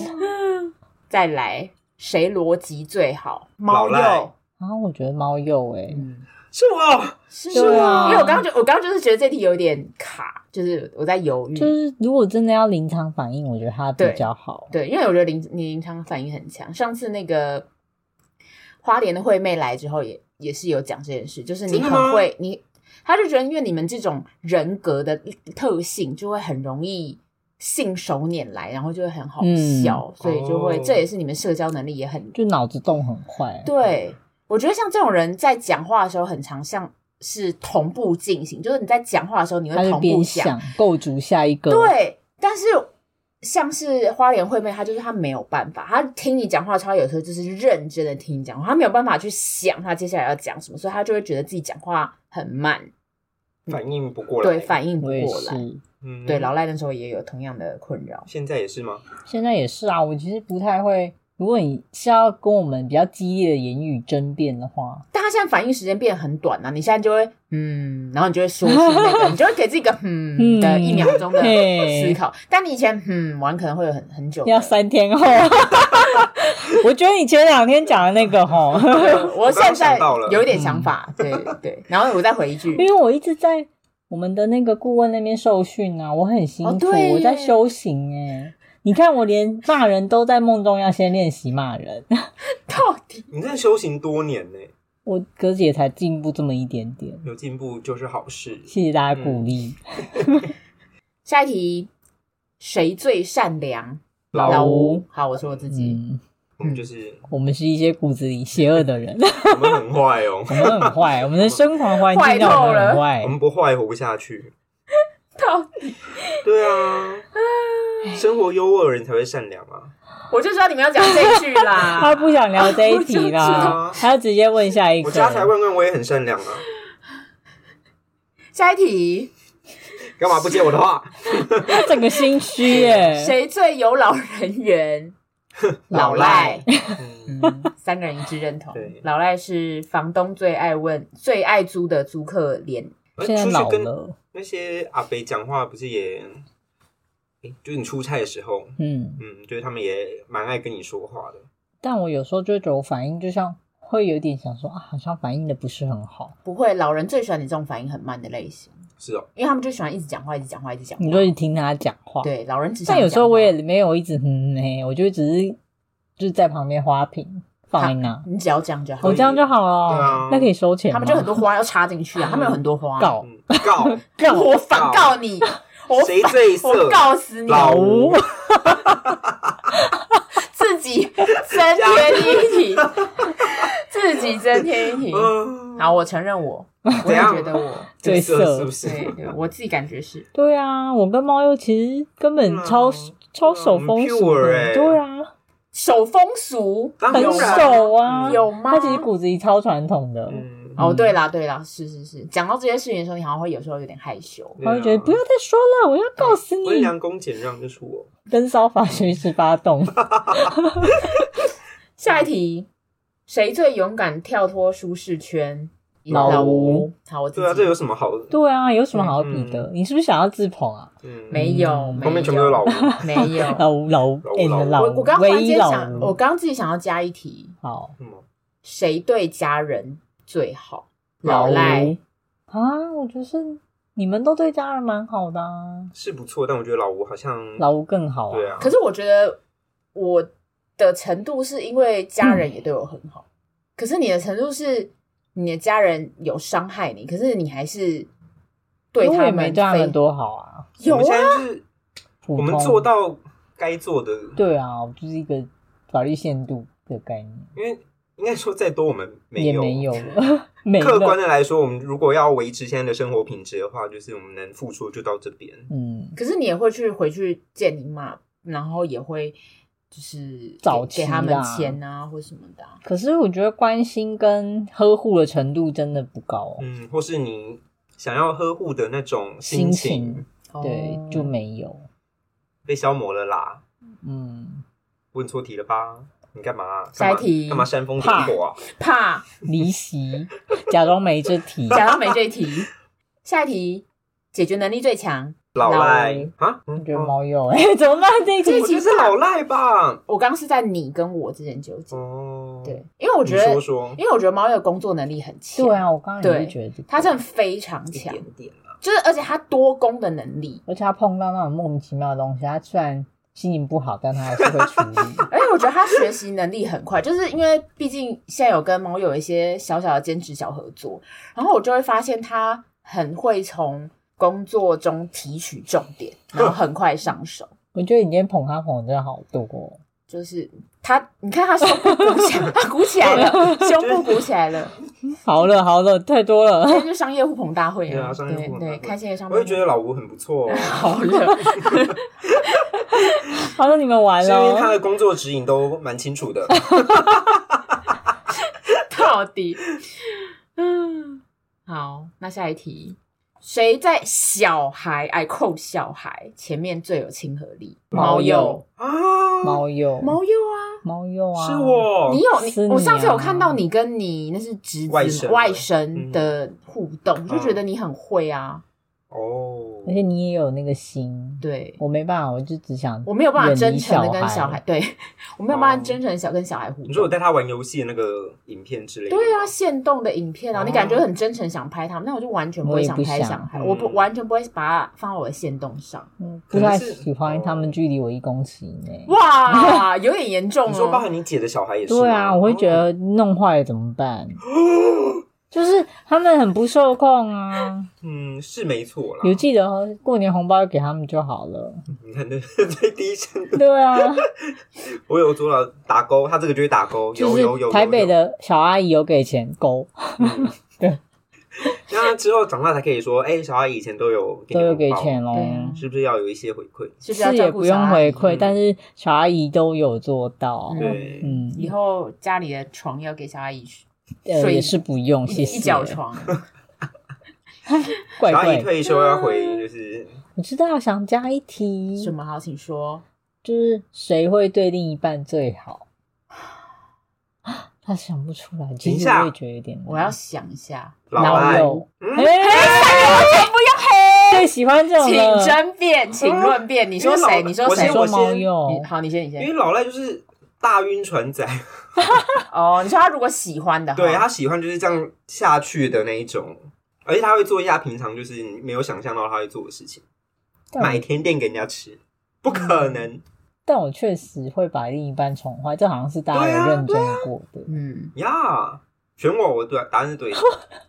A: 再来，谁逻辑最好？
C: 老
A: 猫
C: 赖
A: 鼬，
B: 然后我觉得猫鼬哎，
A: 嗯，
C: 是我
A: 是
B: 对啊
A: 因为我刚刚就我刚刚就是觉得这题有点卡，就是我在犹豫，
B: 就是如果真的要临场反应，我觉得它比
A: 对
B: 较好，
A: 对，因为我觉得临你临场反应很强。上次那个花莲的惠妹来之后也，也是有讲这件事，就是你
C: 真的吗
A: 很会你，他就觉得因为你们这种人格的特性，就会很容易信手拈来，然后就会很好
B: 嗯哦
A: 笑，所以就会、
C: 哦
A: 这也是你们社交能力也很
B: 就脑子动很快，
A: 对，我觉得像这种人在讲话的时候，很常像是同步进行，就是你在讲话的时候，你
B: 他
A: 会
B: 就
A: 同
B: 边
A: 步讲。
B: 想构筑下一个，
A: 对，但是像是花莲惠妹，她就是她没有办法，她听你讲话的时候，她有时候就是认真的听你讲话，她没有办法去想她接下来要讲什么，所以她就会觉得自己讲话很慢，
C: 反应不过来，
A: 对，反应不
B: 我也
A: 过来。
B: 是，
C: 嗯
A: 对，老赖那时候也有同样的困扰。
C: 现在也是吗？
B: 现在也是啊。我其实不太会，如果你是要跟我们比较激烈的言语争辩的话，
A: 但他现在反应时间变得很短了、你现在就会嗯，然后你就会说出那个，你就会给自己一个
B: *laughs*
A: 嗯的
B: 嗯
A: 一秒钟的
B: 嘿
A: 思考。但你以前嗯玩可能会有很很久的。
B: 要三天后。 *laughs* 我觉得你前两天讲的那个吼， *laughs*
A: 对啊我
C: 刚刚
A: 现
C: 想
A: 在
C: 到了
A: 有一点想法，对对。然后我再回一句
B: 因，为我一直在我们的那个顾问那边受训啊，我很辛
A: 哦
B: 苦，
A: 对耶
B: 我在修行哎、你看，我连骂人都在梦中要先练习骂人， *laughs*
A: 到底
C: 你真的修行多年呢，
B: 我哥姐才进步这么一点点，
C: 有进步就是好事。
B: 谢谢大家
A: 嗯
B: 鼓励。
A: 下一题，谁最善良？
C: 老吴
A: 吴。好，我说我自己。
B: 嗯，
C: 我们就是
B: 我们是一些骨子里邪恶的人，
C: 我们很坏哦， *laughs*
B: 我们很坏，我们的生活环境让我们很坏
C: 我。们不坏活不下
B: 嗯
C: 去。
A: *laughs* 到底
C: 对啊，生活优渥的人才会善良啊。
A: 我就知道你们要讲这句
B: *laughs* 他
A: 啦。
B: 不想聊这一
C: *laughs*
B: 题
A: 我就
C: 知
B: 啦
C: 道，
B: 他直接问下一个。
C: 我家财万贯，我也很善良啊，
A: *laughs* 下一题，
C: 干嘛不接我的话？
B: 他整个心虚耶。
A: 谁最有老人
B: *laughs*
A: 缘？老赖，
C: *laughs* 嗯，
A: 三个人一致认同
C: 对。
A: 老赖是房东最爱问、最爱租的租客脸。
C: 而
B: 现在
C: 出去
B: 老
C: 跟
B: 了，
C: 那些阿伯讲话不是也，诶就是你出差的时候，
B: 嗯，
C: 嗯，就是他们也蛮爱跟你说话的。
B: 但我有时候就会觉得我反应就像会有点想说啊，好像反应的不是很好。
A: 不会，老人最喜欢你这种反应很慢的类型，
C: 是哦，
A: 因为他们就喜欢一直讲话、一直讲话、一直讲话
B: 你。就一直听他讲话，
A: 对，老人只想
B: 但有时
A: 讲
B: 候
A: 话
B: 我也没有一直嗯欸，我就只是就是在旁边花瓶放在那，
A: 你只要这样就好
B: 我
C: 可以
B: 这。样就好
C: 对啊
B: 了。那可以收钱吗？
A: 他们就很多花要插进去啊，他们有很多花。
B: 告
C: 嗯，告
A: 我反 *laughs* 告
C: *laughs*
A: 你，我
C: 谁
A: 反
C: 最色
A: 我？告死你，
C: 老吴，
A: 自己增添一题，
C: *laughs*
A: *laughs* 自己增添一题。
C: 嗯，
A: 好，我承认我，我
C: 怎
A: 也
C: 样
A: 觉得
C: *laughs*
A: 我，
B: 最色
C: 色是不是？
A: 对对，我自己感觉是。
B: 对啊，我跟猫又其实根本
C: 嗯
B: 超、超手风俗的，
C: 很 pure 欸
B: 对啊，
A: 手风俗
C: 当
B: 很
C: 然
B: 手啊，
C: 嗯
A: 有吗
B: 它其实骨子里超传统的，
C: 嗯，
A: 哦，对啦对啦，是是是，讲到这些事情的时候，你好像会有时候有点害羞。
C: 对啊嗯
B: 他就觉得不要再说了，我要告死
C: 温
B: 你，
C: 良恭俭让就是我。
B: 跟骚法随时发
C: *laughs*
B: 动。
A: 下一题，谁最勇敢跳脱舒适圈？
B: 老吴
A: 吴。好，我自
C: 对啊，这有
A: 己
C: 什么好？的？
B: 对啊，有什么好比的？你是不是想要自捧啊？
C: 嗯，
A: 没有，
B: 嗯
A: 没
C: 后面全部都是老吴。
A: 没有。
B: *laughs* 老吴老吴
C: 老吴
B: and
C: 老
B: 老
A: 我
B: 吴
A: 我刚刚忽
B: 唯
A: 然
B: 一
A: 间
B: 老
A: 想，我
B: 吴
A: 刚刚自己想要加一题，
B: 好
C: 嗯
A: 谁对家人最好？
C: 老
A: 老赖
B: 吴啊，我觉得是你们都对家人蛮好的、啊，
C: 是不错，但我觉得老吴好像
B: 老吴更好啊。
C: 对啊，
A: 可是我觉得我的程度是因为家人也对我很好，可是你的程度是你的家人有伤害你，可是你还是对
B: 因为我
A: 他
B: 也
A: 们
B: 没对他
A: 非
B: 们多好啊。
A: 有
C: 我们
A: 啊
C: 现，在就是
B: 普
C: 我们
B: 通
C: 做到该做的，
B: 对啊，我就是一个法律限度的概念，
C: 因为应该说再多我们没
B: 也
C: 有
B: 没有了， *laughs* 没
C: 客观
B: 了。
C: 的来说，我们如果要维持现在的生活品质的话，就是我们能付出就到这边。
B: 嗯，
A: 可是你也会去回去见你妈，然后也会就是
B: 早
A: 给
B: 期
A: 给他们
B: 啦
A: 钱啊或什么的啊、
B: 可是我觉得关心跟呵护的程度真的不高哦、
C: 嗯，或是你想要呵护的那种
B: 心
C: 心情
B: 情对，
A: 哦
B: 就没有。
C: 被消磨了啦。
B: 嗯，
C: 问错题了吧？你干嘛、
A: 下一
C: 干嘛
A: 题
C: 干嘛煽风点火啊？
A: 怕
B: 离席，假装没这
C: *laughs*
B: 题。
A: 假装没这一题。下一题，解决能力最强。
C: 老赖啊？
B: 我
C: 嗯
B: 觉得
C: 哦
B: 猫有哎、 *laughs* 怎么办？这
C: *laughs*
B: 一
A: 这
B: 题
C: 我
A: 一题
C: 觉得是老赖吧？
A: 我刚刚是在你跟我之间纠结，
C: 哦，
A: 对，，因为我
C: 我
A: 觉得，
C: 说说
A: 因为我觉得猫的工作能力很强，
B: 对，啊，我刚刚也
A: 对
B: 是觉得这个
A: 它真的非常
C: 一
A: 强，
C: 点啊点啦。
A: 就是而且它多功的能力，
B: 而且他碰到那种莫名其妙的东西，他虽然心情不好，但他还是会处理。 *laughs*
A: 而且我觉得它学习能力很快，就是因为毕竟现在有跟猫有一些小小的兼职小合作，然后我就会发现它很会从工作中提取重点，然后很快上手。
B: 我觉得你今天捧他捧的真的好多、哦，
A: 就是它，你看它胸部鼓起来，
C: *laughs*
A: 它鼓起来了，胸部鼓起来了，
B: 好了好了，太多了。 *laughs*
A: 今天就商业互捧大会
C: 对啊
A: 啊，
C: 商业互捧大
A: 对对，
C: 会
A: 开心
B: 啊
A: 的商业互
C: 我也
A: 捧
C: 觉得老吴很不
B: *laughs*
C: 错哦， *laughs*
A: 好了，
B: 他说你们完
C: 是因为他
B: 了，哦
C: 的工作指引都蛮清
B: *laughs*
C: 楚的。
A: *laughs* 到底，嗯，好，那下一题，谁在小孩 I quote 小孩前面最有亲和力？
B: 猫
A: 猫
B: 鼬
A: 鼬，
C: 啊，
B: 猫鼬，
A: 猫鼬啊！
B: 猫鼬啊，
C: 是我，
A: 你
B: 是
A: 有
B: 你
A: 你，
B: 啊
A: 我上次有看到你跟你那是侄
C: 哦外
A: 子
C: 甥
A: 嘛外
C: 嗯
A: 甥的互动，我就觉得你很会啊。
C: 哦
B: 而，且你也有那个心，
A: 对，
B: 我没办法，我就只想
A: 我没有办法
B: 远离
A: 真诚的跟
B: 小
A: 小
B: 孩
A: 孩，对我没有办
C: 哦
A: 法真诚地小跟小孩互
C: 你说我
A: 动。
C: 带他玩游戏的那个影片之类的，
A: 对啊，，现动的影片啊，
C: 哦
A: 你感觉很真诚想拍他们，但我就完全不
B: 我
A: 会
B: 也
A: 想
B: 不
A: 拍
B: 想
A: 小孩，
C: 嗯
A: 我不完全不会把它放到我的线动上。
B: 嗯不太
C: 可能是
B: 喜欢他们距离我一公尺以内。
C: *laughs*
A: 哇，有点严重
C: 你说包
A: 哦。
C: 含你姐的小孩也是吗，
B: 啊
C: 哦
B: 对啊，我会觉得弄坏了怎么办？就是他们很不受控啊，
C: 嗯，是没错啦。
B: 有记得哦过年红包给他们就好了。
C: 你看，这 *laughs* 最低声，
B: 对啊，
C: 我有做到打勾，他这个就会打勾，
B: *laughs*
C: 有
B: 就
C: 有有
B: 是台北。
C: 有
B: 的小阿姨有给钱勾，
C: 嗯
B: 对，
C: 那他之后长大才可以说，哎，小阿姨以前都有给
B: 都
C: 你
B: 有
C: 红
B: 给
C: 包
B: 钱喽
A: 对。啊
C: 是不是要有一些回馈？
A: 是是要
B: 是
A: 照
B: 也
A: 顾
B: 不
A: 小
B: 用
A: 孩
B: 回馈
C: 嗯，
B: 但是小阿姨都有做到。
C: 对，
B: 嗯，
A: 以后家里的床要给小阿姨
B: 呃
A: 睡
B: 也是不用，
A: 一
B: 谢
A: 一
B: 谢。
A: 角床，
B: 怪
C: 小阿姨
B: 怪，
C: 退休要回，就是
B: 我知道，想加一题，
A: 什么好，请说。
B: 就是谁会对另一半最好？啊他想不出来，
C: 等
B: 其
C: 一
B: 实
C: 下
B: 我也觉得有点难。
A: 我要想一下，
C: 老
B: 老
C: 赖
B: 友，
C: 嗯
B: 哎，不要黑，最喜欢这种
A: 请
B: 了。
A: 争
C: *laughs*
A: 辩，请论辩。你说
C: 因为
A: 谁？
C: 老
A: 你说
C: 我
A: 谁
B: 你
C: 先？
B: 说
C: 我
B: 猫
C: 先
A: 你
B: 鼬，
A: 好，你先，你
C: 因
A: 先
C: 为。老赖就是大晕船仔，
A: 哦，你说他如果喜欢的话，
C: 对他喜欢就是这样下去的那一种，而且他会做一下平常就是你没有想象到他会做的事情，
B: 但
C: 买
B: 我
C: 甜点给人家吃，不可
B: 嗯
C: 能。
B: 但我确实会把另一半宠坏，这好像是大家
C: 对啊
B: 有认证过的
A: 嗯，
C: 呀选我，我对答案
B: *laughs*
C: 是对的。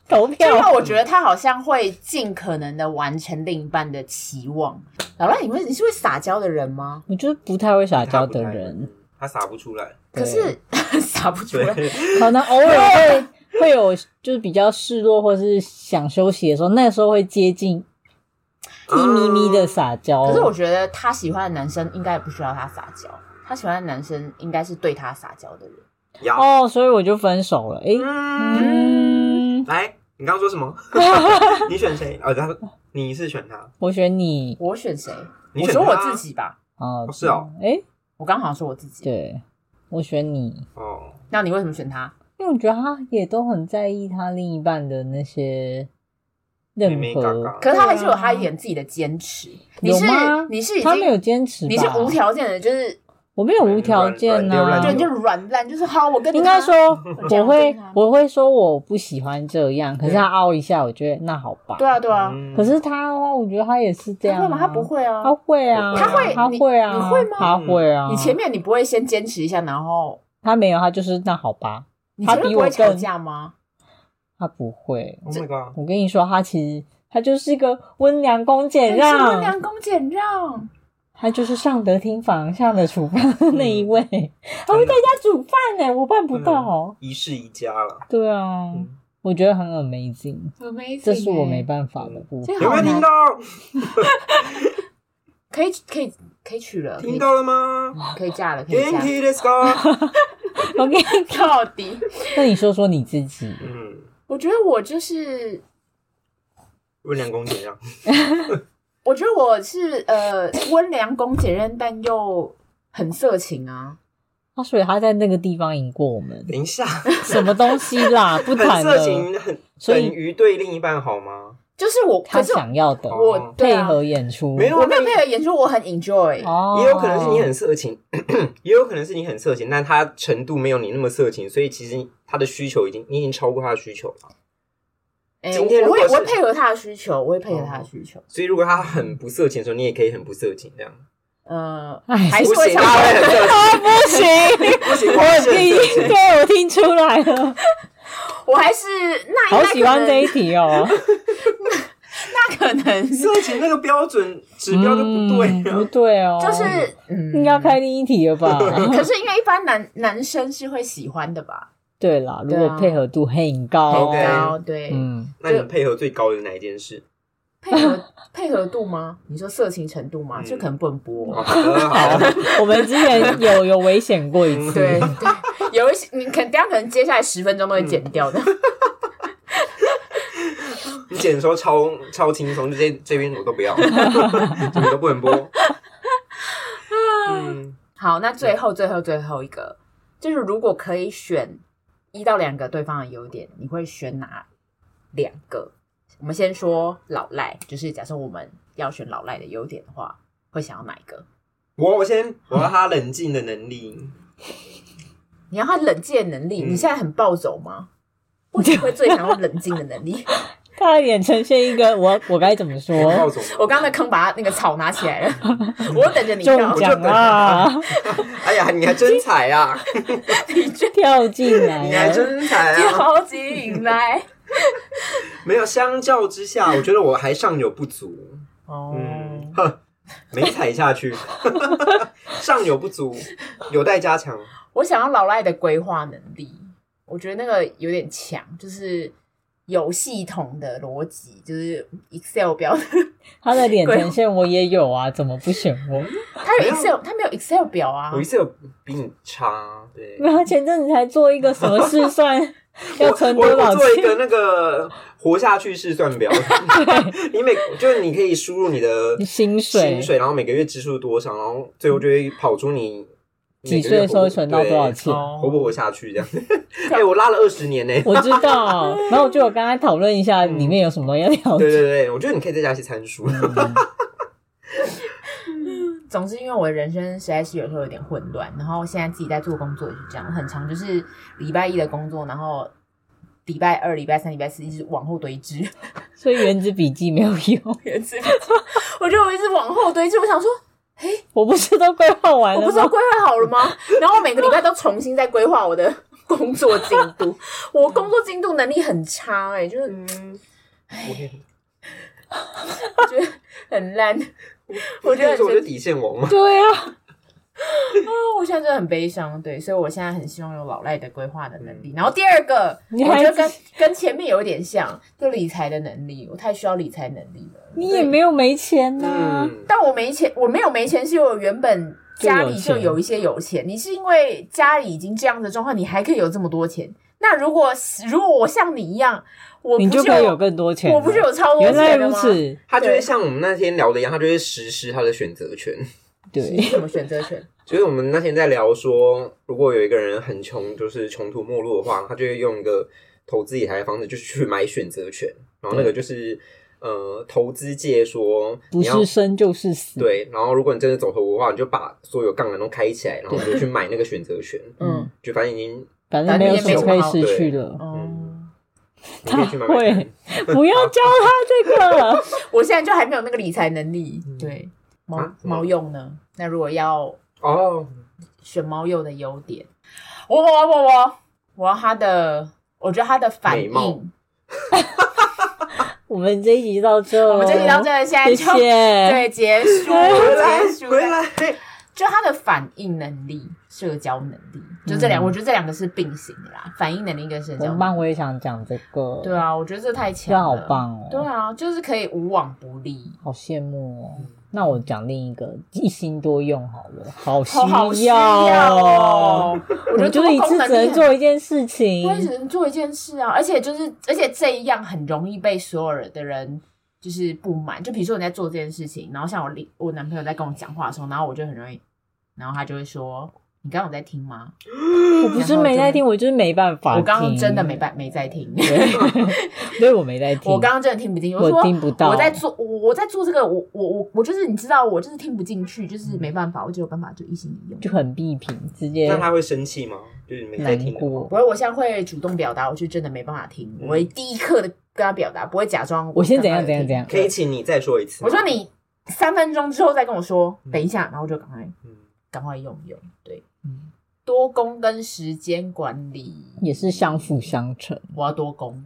B: 投
A: 因
B: 票。
A: 为啊我觉得他好像会尽可能的完成另一半的期望。老赖，你会你是会撒娇的人吗？
B: 我就是不太会撒
C: 他
B: 娇
C: 不太
B: 的人，，
C: 他撒不出来。
A: 可是 *laughs* 撒不出
C: 对
A: 来，，
B: *laughs* 可能偶尔会会有就是比较示弱或是想休息的时候，那时候会接近一咪咪的撒娇。
A: 嗯可是我觉得他喜欢的男生应该也不需要他撒娇，他喜欢的男生应该是对他撒娇的人。
C: 呀，
B: 哦，所以我就分手了。诶，
C: 嗯，
B: 嗯，
C: 来，你刚刚说什
B: *laughs*
C: 么？ *laughs* 你选谁？哦，他你是选他，
B: 我选你
A: 我选谁？
C: 你
A: 我
C: 选
A: 说我
B: 啊
C: 他
A: 自己吧。
B: 哦
C: 哦是哦。
B: 诶，
A: 我刚好像说我自己。
B: 对，我选你，
C: 哦，
A: 那你为什么选他？
B: 因为我觉得他也都很在意他另一半的那些任
C: 妹妹嘎
B: 何
C: 嘎，
A: 可是他还是有他一
B: 对啊
A: 点自己的坚持。你
B: 有
A: 是
B: 吗？
A: 你是已
B: 他没有
A: 经
B: 坚持吧，
A: 你是无条件的，就是
B: 我没有无条件啊
C: 软
B: 呐、
C: 软
A: 就你
C: 流浪
A: 就软烂，就是好，我跟你
B: 应该
A: 他
B: 说，
A: 这
B: 我
A: 样
B: 会
A: 对啊
B: 我会说我不喜欢这样，可是
A: 对
B: 他凹一下，我觉得那好吧。
A: 对啊对啊，
C: 嗯
B: 可是他的话，我觉得他也是这
A: 他
B: 样、
A: 会
B: 啊。
A: 吗？他不，会啊。
B: 他会啊，
C: 他会
B: 他
A: 你
B: 会啊，
A: 你会吗
B: 他会啊。
A: 你前面你不会先坚持一下，然后
B: 他没有，他就是那好吧。
A: 你
B: 他
A: 前面
B: 比
A: 不
B: 我
A: 会吵
B: 更
A: 架吗？
B: 他不会。
C: Oh my god！
B: 我跟你说，他其实他就是一个温良恭俭
A: 是温
B: 让，
A: 良恭俭让，
B: 他就是上得厅房下得厨房的那一位，他会
C: 嗯真的
B: 在家煮饭呢、我办不
C: 嗯
B: 到。
C: 一世一家了。
B: 对啊，
C: 嗯
B: 我觉得很 amazing，
A: 很 amazing 欸。
B: 这是我没办法的部分
A: 这。
C: 有没有听到？
A: 可以可以可以娶了，可
C: 听
A: 以
C: 到了吗？
A: 可以嫁了，可以
C: 元
A: 嫁了。
C: 気ですか？
A: *laughs*
B: OK，
A: 到底，
B: *laughs* 那你说说你自己，
C: 嗯，
A: 我觉得我就是
C: 温良恭
B: *laughs*
C: 俭让。
A: 我觉得我是呃温良恭俭让，但又很色情啊。
B: 他所以他在那个地方赢过我们，
C: 等一下，
B: 什么东西
C: *laughs*
B: 啦？不
C: 很
B: 谈了
C: 色，情，很
B: 所
C: 等
B: 以
C: 于对另一半好吗？
A: 就是我，
B: 他
A: 可是
B: 想要的
A: 我
C: 哦
A: 对
B: 配
A: 啊，
B: 合演出，
C: 没有
A: 我没有配合演出，我很 enjoy。
B: 哦，
C: 也有可能是你很色情， *coughs* 也有可能是你很色情，但他程度没有你那么色情，所以其实他的需求已经你已经超过他的需求了。
A: 哎、
C: 今天
A: 我
C: 如
A: 会
C: 果
A: 我
C: 是
A: 会配合他的需求，我会配合
B: 哦
A: 他的需求。
C: 所以如果他很不色情的时候，你也可以很不色情这样。
A: 呃，
B: 哎 *laughs*
A: 还
C: 不
A: 是会
C: 行，
A: 想
C: 他会很色情，
B: 啊，不行，
C: 不行，
B: 我
C: *laughs* 我是
B: 听，
C: 很色情。
B: 对我听出来了，
A: 我还是那
B: 好喜欢这
A: 那
B: 一题
C: *laughs*
B: 哦，
A: 可能那可能是
C: 色情那个标准指标就不对啊
B: 嗯不
C: 了。
B: 对哦，
A: 就是嗯，
B: 应该要开另一题了吧？
C: 啊
A: 可是因为一般男男生是会喜欢的吧？
B: *laughs* 对啦，如
A: 对啊
B: 果配合度很高
C: OK
A: 然后对、
B: 嗯，
C: 那你们配合最高的是哪一件 *laughs* 事？
A: 配合配合度吗？你说色情程度吗？
C: 嗯
A: 就可能不能播。
C: 好的，好的，
B: 我们之前有有危险过一
C: 嗯
B: 次，
A: 对对， *laughs* 有一些你肯等一下可能接下来十分钟都会剪掉的。
C: 你剪的时候超超轻松，就这这边我都不 *laughs* 要，怎么都不能播。嗯，
A: 好，那最后最后最后一个就是，如果可以选一到两个对方的优点，你会选哪两个？我们先说老赖，就是假设我们要选老赖的优点的话，会想要哪一个？
C: 我我先我要他冷静的能力，
A: 你要他冷静的能力，
C: 嗯
A: 你现在很暴走吗？我只会最想要冷静的能力。
B: 差点呈现一个我我该怎么说？
C: 暴走吗？
A: 我刚刚的坑把他那个草拿起来了，我等着你
B: 中
A: 跳，
B: 奖啦！ *laughs*
C: 哎呀，你还真踩 *laughs* 啊！
B: 跳进来
C: 你还
B: 了，
C: 真踩啊！
A: 超级引来。
C: 没有，相较之下， *laughs* 我觉得我还尚有不足。
A: 哦，
C: 嗯，哼，没踩下去， *laughs* 尚有不足，有待加强。
A: 我想要老赖的规划能力，我觉得那个有点强，就是有系统的逻辑，就是 Excel 表，
B: 他的脸呈现我也有啊，怎么不选我？ *laughs*
A: 他有
C: 没有
A: Excel，他没有 Excel 表啊
C: 我一。次有比你差，对。
B: 然后前阵子才做一个什么试算，
C: 我
B: 要存多
C: 我
B: 少
C: 我做一个
B: 钱？
C: 那个活下去试算
B: *laughs*
C: 表，你每就是你可以输入你的
B: 薪水
C: 薪水，然后每个月支出多少，然后最后就会跑出你
B: 几岁的时候存到多少钱？
A: 哦
C: 对活不活下去这样。哎、我拉了二十年呢、
B: 我知道，然后我就有跟他讨论一下里面有什么要了
C: 对
B: 解。
C: 对对，我觉得你可以再加一些参数。
A: 总之，因为我的人生实在是有时候有点混乱，然后现在自己在做工作也是这样，很长就是礼拜一的工作，然后礼拜二、礼拜三、礼拜四一直往后堆 *laughs* 积。
B: *laughs* 所以原子笔记没有用，
A: 原子笔记，我觉得我一直往后堆积。我想说，
B: 我不是都规划完
A: 我
B: 了
A: 不是都
B: 吗？
A: 规划好了吗？然啊后我每个礼拜都重新在规划我的工作进度。 *laughs* 我工作进度能力很差、欸，哎，就是 *laughs*
C: 嗯，我也
A: 觉得很烂。我
C: 我
A: 觉得
C: 觉
A: 很
C: 得我就
A: 生气
C: 底线王嘛。
B: 对啊，
A: 哦我现在真的很悲伤，对，所以我现在很希望有老赖的规划的能力。然后第二个，
B: 嗯 *laughs* 你
A: 我
B: 还
A: 觉得跟跟前面有一点像，就理财的能力，我太需要理财能力了。
B: 你也
A: 对啊
B: 没有没钱呐。
C: 嗯，
A: 但我没钱，我没有没钱，是因为我原本家里
B: 就
A: 就
B: 有钱
A: 有一些有钱。你是因为家里已经这样的状况，你还可以有这么多钱？那如果如果我像你一样，我
B: 你
A: 不
B: 就可以有更多钱了。啊
A: 我不是有超多
B: 原
A: 钱的吗？
B: 来如此，
C: 他就
A: 对
C: 会像我们那天聊的一样，他就会实施他的选择权。
B: 对，
A: 什么选择
B: *laughs*
A: 权？
C: 就是我们那天在聊说，如果有一个人很穷，就是穷途末路的话，他就会用一个投资理财的方式，就是去买选择权，然后那个就是呃投资界说
B: 不
C: 你要
B: 是生就是死。
C: 对，然后如果你真的走投无路的话，你就把所有杠杆都开起来，然后你就去买那个选择权，
A: 嗯，
C: 就反正已经
B: 反正没有什么可以失去
A: *laughs*
B: 了。嗯
A: 哦，
C: 你可以去买买
B: 他
C: 看
B: 会。不要教他这个， *laughs*
A: 我现在就还没有那个理财能力。
B: 嗯
A: 对，毛
C: 啊什么
A: 毛用呢？那如果要
C: 哦，
A: 选猫鼬的优点，我我我我我我要它的，我觉得它的反
C: 美貌
A: 应，
B: 我们这一集到这，
A: 我们这集到这，现在
B: 谢
A: 就
B: 谢。
A: *laughs* 对结束，
C: 回来
A: 结束，
C: 回。来，
A: 就他的反应能力、社交能力，就这两，
B: 嗯
A: 我觉得这两个是并行的啦，反应能力跟社交
B: 很
A: 能力。
B: 棒，我也想讲这个。
A: 对，啊，我觉得这太强
B: 这
A: 了，
B: 好棒哦。
A: 对啊，就是可以无往不利，
B: 好羡慕哦。那我讲另一个一心多用好了，好需
A: 好好需
B: 要
A: 要哦。我觉
B: 我们
A: 得
B: 就是一
A: 多功
B: 次
A: 能
B: 只能
A: 力
B: 做一件事情
A: 我，也只能做一件事啊，而且就是，而且这一样很容易被所有的人就是不满。就比如说你在做这件事情，然后像我另我男朋友在跟我讲话的时候，然后我就很容易，然后他就会说：“你刚刚有在听吗？”
B: 我不是没在听，我就是没办法听。
A: 我刚刚真的没办没在听，
B: 对，对我没在听。
A: 我刚刚真的听不进去。
B: 我
A: 说
B: 听不到
A: 我在做我我在做这个，我我我我就是你知道，我就是听不进去，就是没办法，我只有办法就一心一用。
B: 就很必评，直接
C: 那他会生气吗？就是你没在
B: 难
C: 听的话，
B: 过
A: 不。会，我现在会主动表达，我就真的没办法听，我会第一刻的跟他表达，不会假装
B: 我先怎
A: 刚刚
B: 样
A: 有
B: 怎样
A: 听
B: 怎样，
C: 可以请你再说一次吗。
A: 我说你三分钟之后再跟我说，等一下，然后就赶快
C: 嗯，
A: 嗯赶快用用。对，
B: 嗯
A: 多功跟时间管理
B: 也是相辅相成。
A: 我要多功。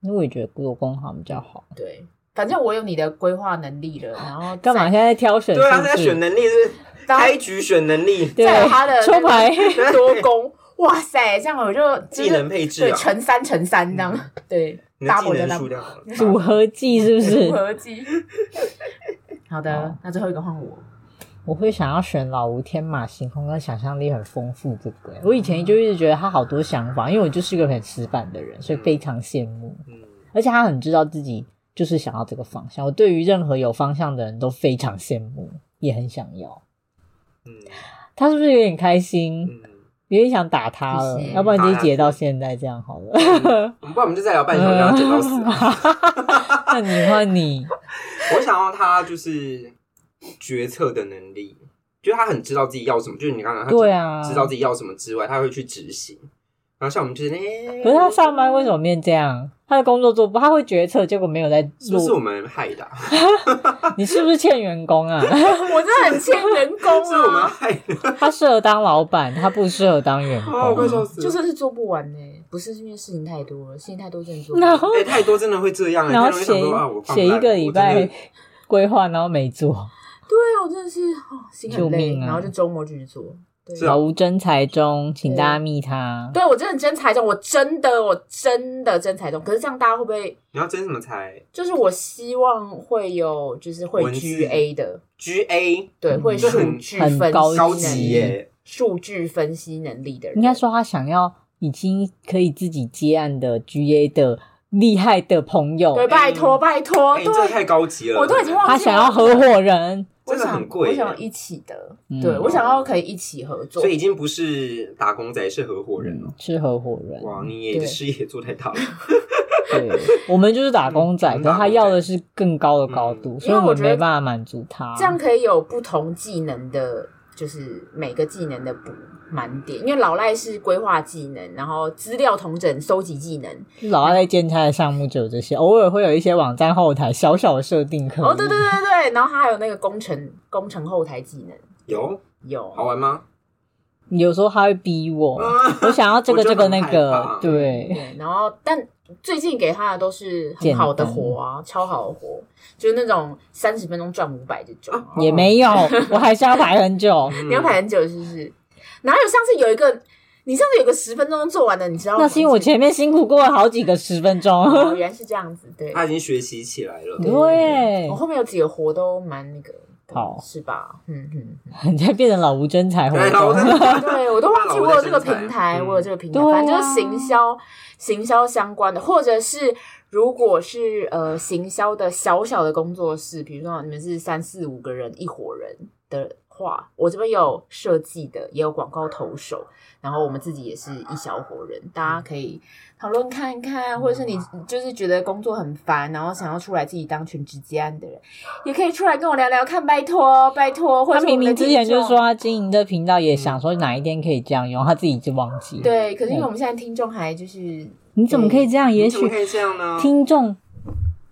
B: 因为我也觉得做工好比较好。
A: 对，反正我有你的规划能力了，然后
B: 干嘛现
A: 再？
B: 在挑选？
C: 对啊，
B: 是
C: 现
B: 不
C: 在
B: 是
C: 选能力是
A: 然后
C: 开局选能力，
B: 对
A: 再有他 *laughs* 的
B: 抽牌，
A: 多 *laughs* 功，哇塞，这样我就
C: 技能配置
A: 对
C: 啊，
A: 乘三乘三这样，对，
C: 你的
A: 大
C: 技
A: 伯的
C: 能
A: 大
C: 数量好了。
B: 组合技是
A: *laughs*
B: 不是？
A: 合
C: *laughs*
A: 计。好的
B: 好，
A: 那最后一个换我。
B: 我会想要选老吴天马行空跟想象力很丰富这个、我以前就一直觉得他好多想法，因为我就是一个很死板的人，所以非常羡慕。
C: 嗯，
B: 而且他很知道自己就是想要这个方向。我对于任何有方向的人都非常羡慕，也很想要。
C: 嗯
B: 他是不是有点开心？
C: 嗯，
B: 有点想打他了
A: 谢，谢
B: 要不然直接截到现在这样好了。 *laughs*
C: 嗯我们不然我们就再聊半小时，让他剪到死啊。
B: 那你换你，
C: 我想要他就是决策的能力，就是他很知道自己要什么，就是你刚刚他
B: 对啊
C: 知道自己要什么之外，他会去执行。然后像我们就是，欸
B: 可是他上班为什么变这样？他的工作做不，他会决策，结果没有在
C: 是不是我
B: 做。
C: 们害的啊？
B: 你是不是欠员工
C: *laughs*
A: *laughs*
B: 啊？
A: 我真的很欠人工
C: 是我们
A: 啊，
C: 害的，
B: 他适合当老板，他不适合当员
C: 哦，我
B: 工。
C: 快笑死了。
A: 就真的是做不完呢，不是因为事情太多了，事情太多真的做不
B: 然
A: 完。
B: 后，
C: 哎、太多真的会这样、欸，
B: 然后
C: 太容易想
B: 写
C: 说啊，我放
B: 写一
C: 烂
B: 个
C: 了
B: 礼
C: 我真的
B: 拜 *laughs* 规划，然后没
C: *laughs*
B: 做。
A: 对啊，我真的是哦，心
B: 救
A: 很累，
B: 命啊
A: 然后就周末继续做。对，
C: 是啊
B: 老吴真才中，请大家密他。
A: 对我真的真才中，我真的我真的真才中。可是这样大家会不会？
C: 你要争什么才
A: 就是我希望会有，就是会
C: 文字
A: GA 的，
C: ？G A
A: 对，
B: 嗯
A: 会数
C: 很
A: 据
B: 很
A: 分
B: 高
A: 析
C: 高
A: 能
C: 级
A: 力，
C: 耶、
A: 数据分析能力的人，
B: 应该说他想要已经可以自己接案的 GA 的厉害的朋友
A: 对，，拜托拜
B: 哦
A: 托，
C: 哎、你这
A: 对，
C: 太高级了，
A: 我都已经忘
B: 他想要合伙人。
A: 我
C: 真的很
A: 想
C: 贵
A: 我
C: 耶
A: 想一起的
B: 嗯，
A: 对我想要可以一起合作
C: 所，以已经不是打工仔，是合伙人了。哦
B: 是合伙人，
C: 哇，你也
A: 对
C: 事业做太大了，
B: 对， *laughs* 我们就是打工仔，
C: 嗯
B: 可他要的是更高的高度，所以我们没办法满足他。
A: 这样可以有不同技能的，就是每个技能的补满点。因为老赖是规划技能，然后资料同整、收集技能，
B: 老二在兼差的项目只有这些，偶尔会有一些网站后台小小的设定可以。
A: 哦，对对对对，然后他还有那个工程工程后台技能，
C: 有
A: 有
B: 啊
C: 好玩吗？
B: 有时候他会逼我，
C: 啊
B: 我想要这个
C: 我就
B: 这
C: 很
B: 个那
C: 害怕
B: 个，对，
A: 对，然后但最近给他的都是很好的活啊，超好的活，就是那种三十分钟赚五百这种，哦
C: 啊
B: 也没有，我还是要排很久。
C: 嗯
A: 你要排很久是不是？哪有上次有一个，你上次有个十分钟做完的，你知道吗？
B: 那是因为我前面辛苦过了好几个十分
A: 哦 *laughs*
B: 钟，
A: 原来是这样子，
B: *laughs*
A: 对，
C: 他已经学习起来了。
B: 对
A: 我，后面有几个活都蛮那个的，
B: 好
A: 是吧？嗯嗯，嗯
B: 你才变成老无真才活
C: 对，然后
B: 动。
A: 对我都忘记我有这个平台，
C: 嗯
A: 我有这个平台，
B: 啊对啊
A: 反正就是行销、行销相关的，或者是如果是呃行销的小小的工作室，比如说你们是三四五个人一伙人的话，我这边有设计的，也有广告投手，然后我们自己也是一小伙人，大家可以讨论看看，或者是你就是觉得工作很烦，然后想要出来自己当全职接案的人，也可以出来跟我聊聊看，拜托拜托。或者
B: 他
A: 是我
B: 明
A: 们的
B: 明之前
A: 听
B: 就
A: 众
B: 说他经营这频道，也想说哪一天可以这样用，他自己就忘记。
A: 对，可是因为我们现在听众还就是
B: 你怎么可以这样？也
C: 你怎么
B: 许
C: 可以这样呢？
B: 听众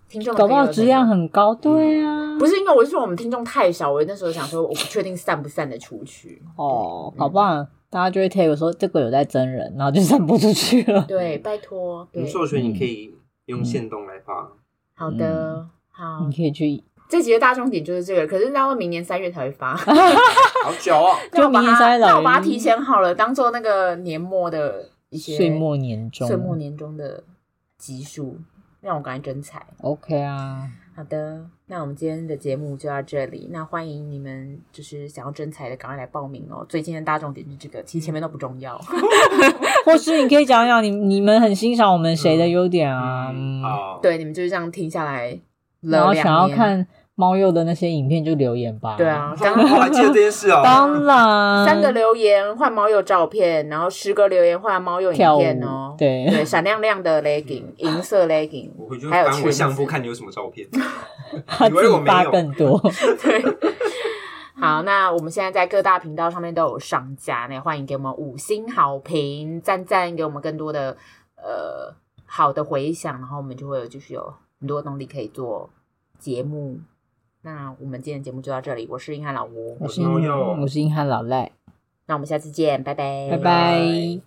A: 听啊众的嗯
B: 搞不好
A: 朋友
B: 质量
A: 在
B: 很高，对啊，
A: 不是因为我是说我们听众太少，我那时候想说我不确定散不散得出去。
B: *laughs* 哦，搞不好大家就会 take 说这个有在真人，然后就散不出去了。
A: 对，拜托，对
C: 你，授权你可以用线动来发。
A: 好
B: 嗯
A: 的，好
B: 你，可以去，
A: 这集的大重点就是这个，可是那会明年三月才会
B: *laughs*
A: 发， *laughs*
C: 好久哦，
A: 那我把
B: 明年
A: 它
B: 三月
A: 那我把它
B: 老人
A: 提前好了，当做那个年末的一些
B: 岁末年终，
A: 岁末年终的集数，让我赶快真彩。
B: ，OK 啊，
A: 好的，那我们今天的节目就到这里。那欢迎你们，就是想要征才的，赶快来报名哦。最今天的大重点是这个，其实前面都不重
B: *laughs*
A: 要。
B: 或是你可以讲讲你你们很欣赏我们谁的优点啊，嗯
C: 嗯，好，
A: 对，你们就是这样听下来
B: 然
A: 了
B: 后
A: 两年。
B: 想要看嗯猫鼬的那些影片就留言吧，
A: 对，啊，刚
C: 我还记得这件事哦。
B: 当然
A: 三个留言换猫鼬照片，然后十个留言换猫鼬
B: 跳
A: 影
B: 舞
A: 片哦。
B: 对
A: 对，闪亮亮的 legging，银色 legging，
C: 我回去
A: 还有
C: 翻
A: 裙
C: 我
A: 子
C: 相簿，看你有什么照片。
B: *laughs* 他
C: 以为
B: 自
C: *laughs*
B: *laughs*
C: 我
B: 己
C: 没
B: 发
C: 有
B: 更多，
A: 对。
B: 嗯
A: 好，那我们现在在各大频道上面都有上架，那也欢迎给我们五星好评，赞赞，给我们更多的呃好的回响，然后我们就会有就是有很多动力可以做节目。那我们今天的节目就到这里，我是硬汉老吴，
B: 我是
C: 我是猫鼬
B: 我是硬汉老赖，
A: 那我们下次见，拜拜，
B: 拜拜。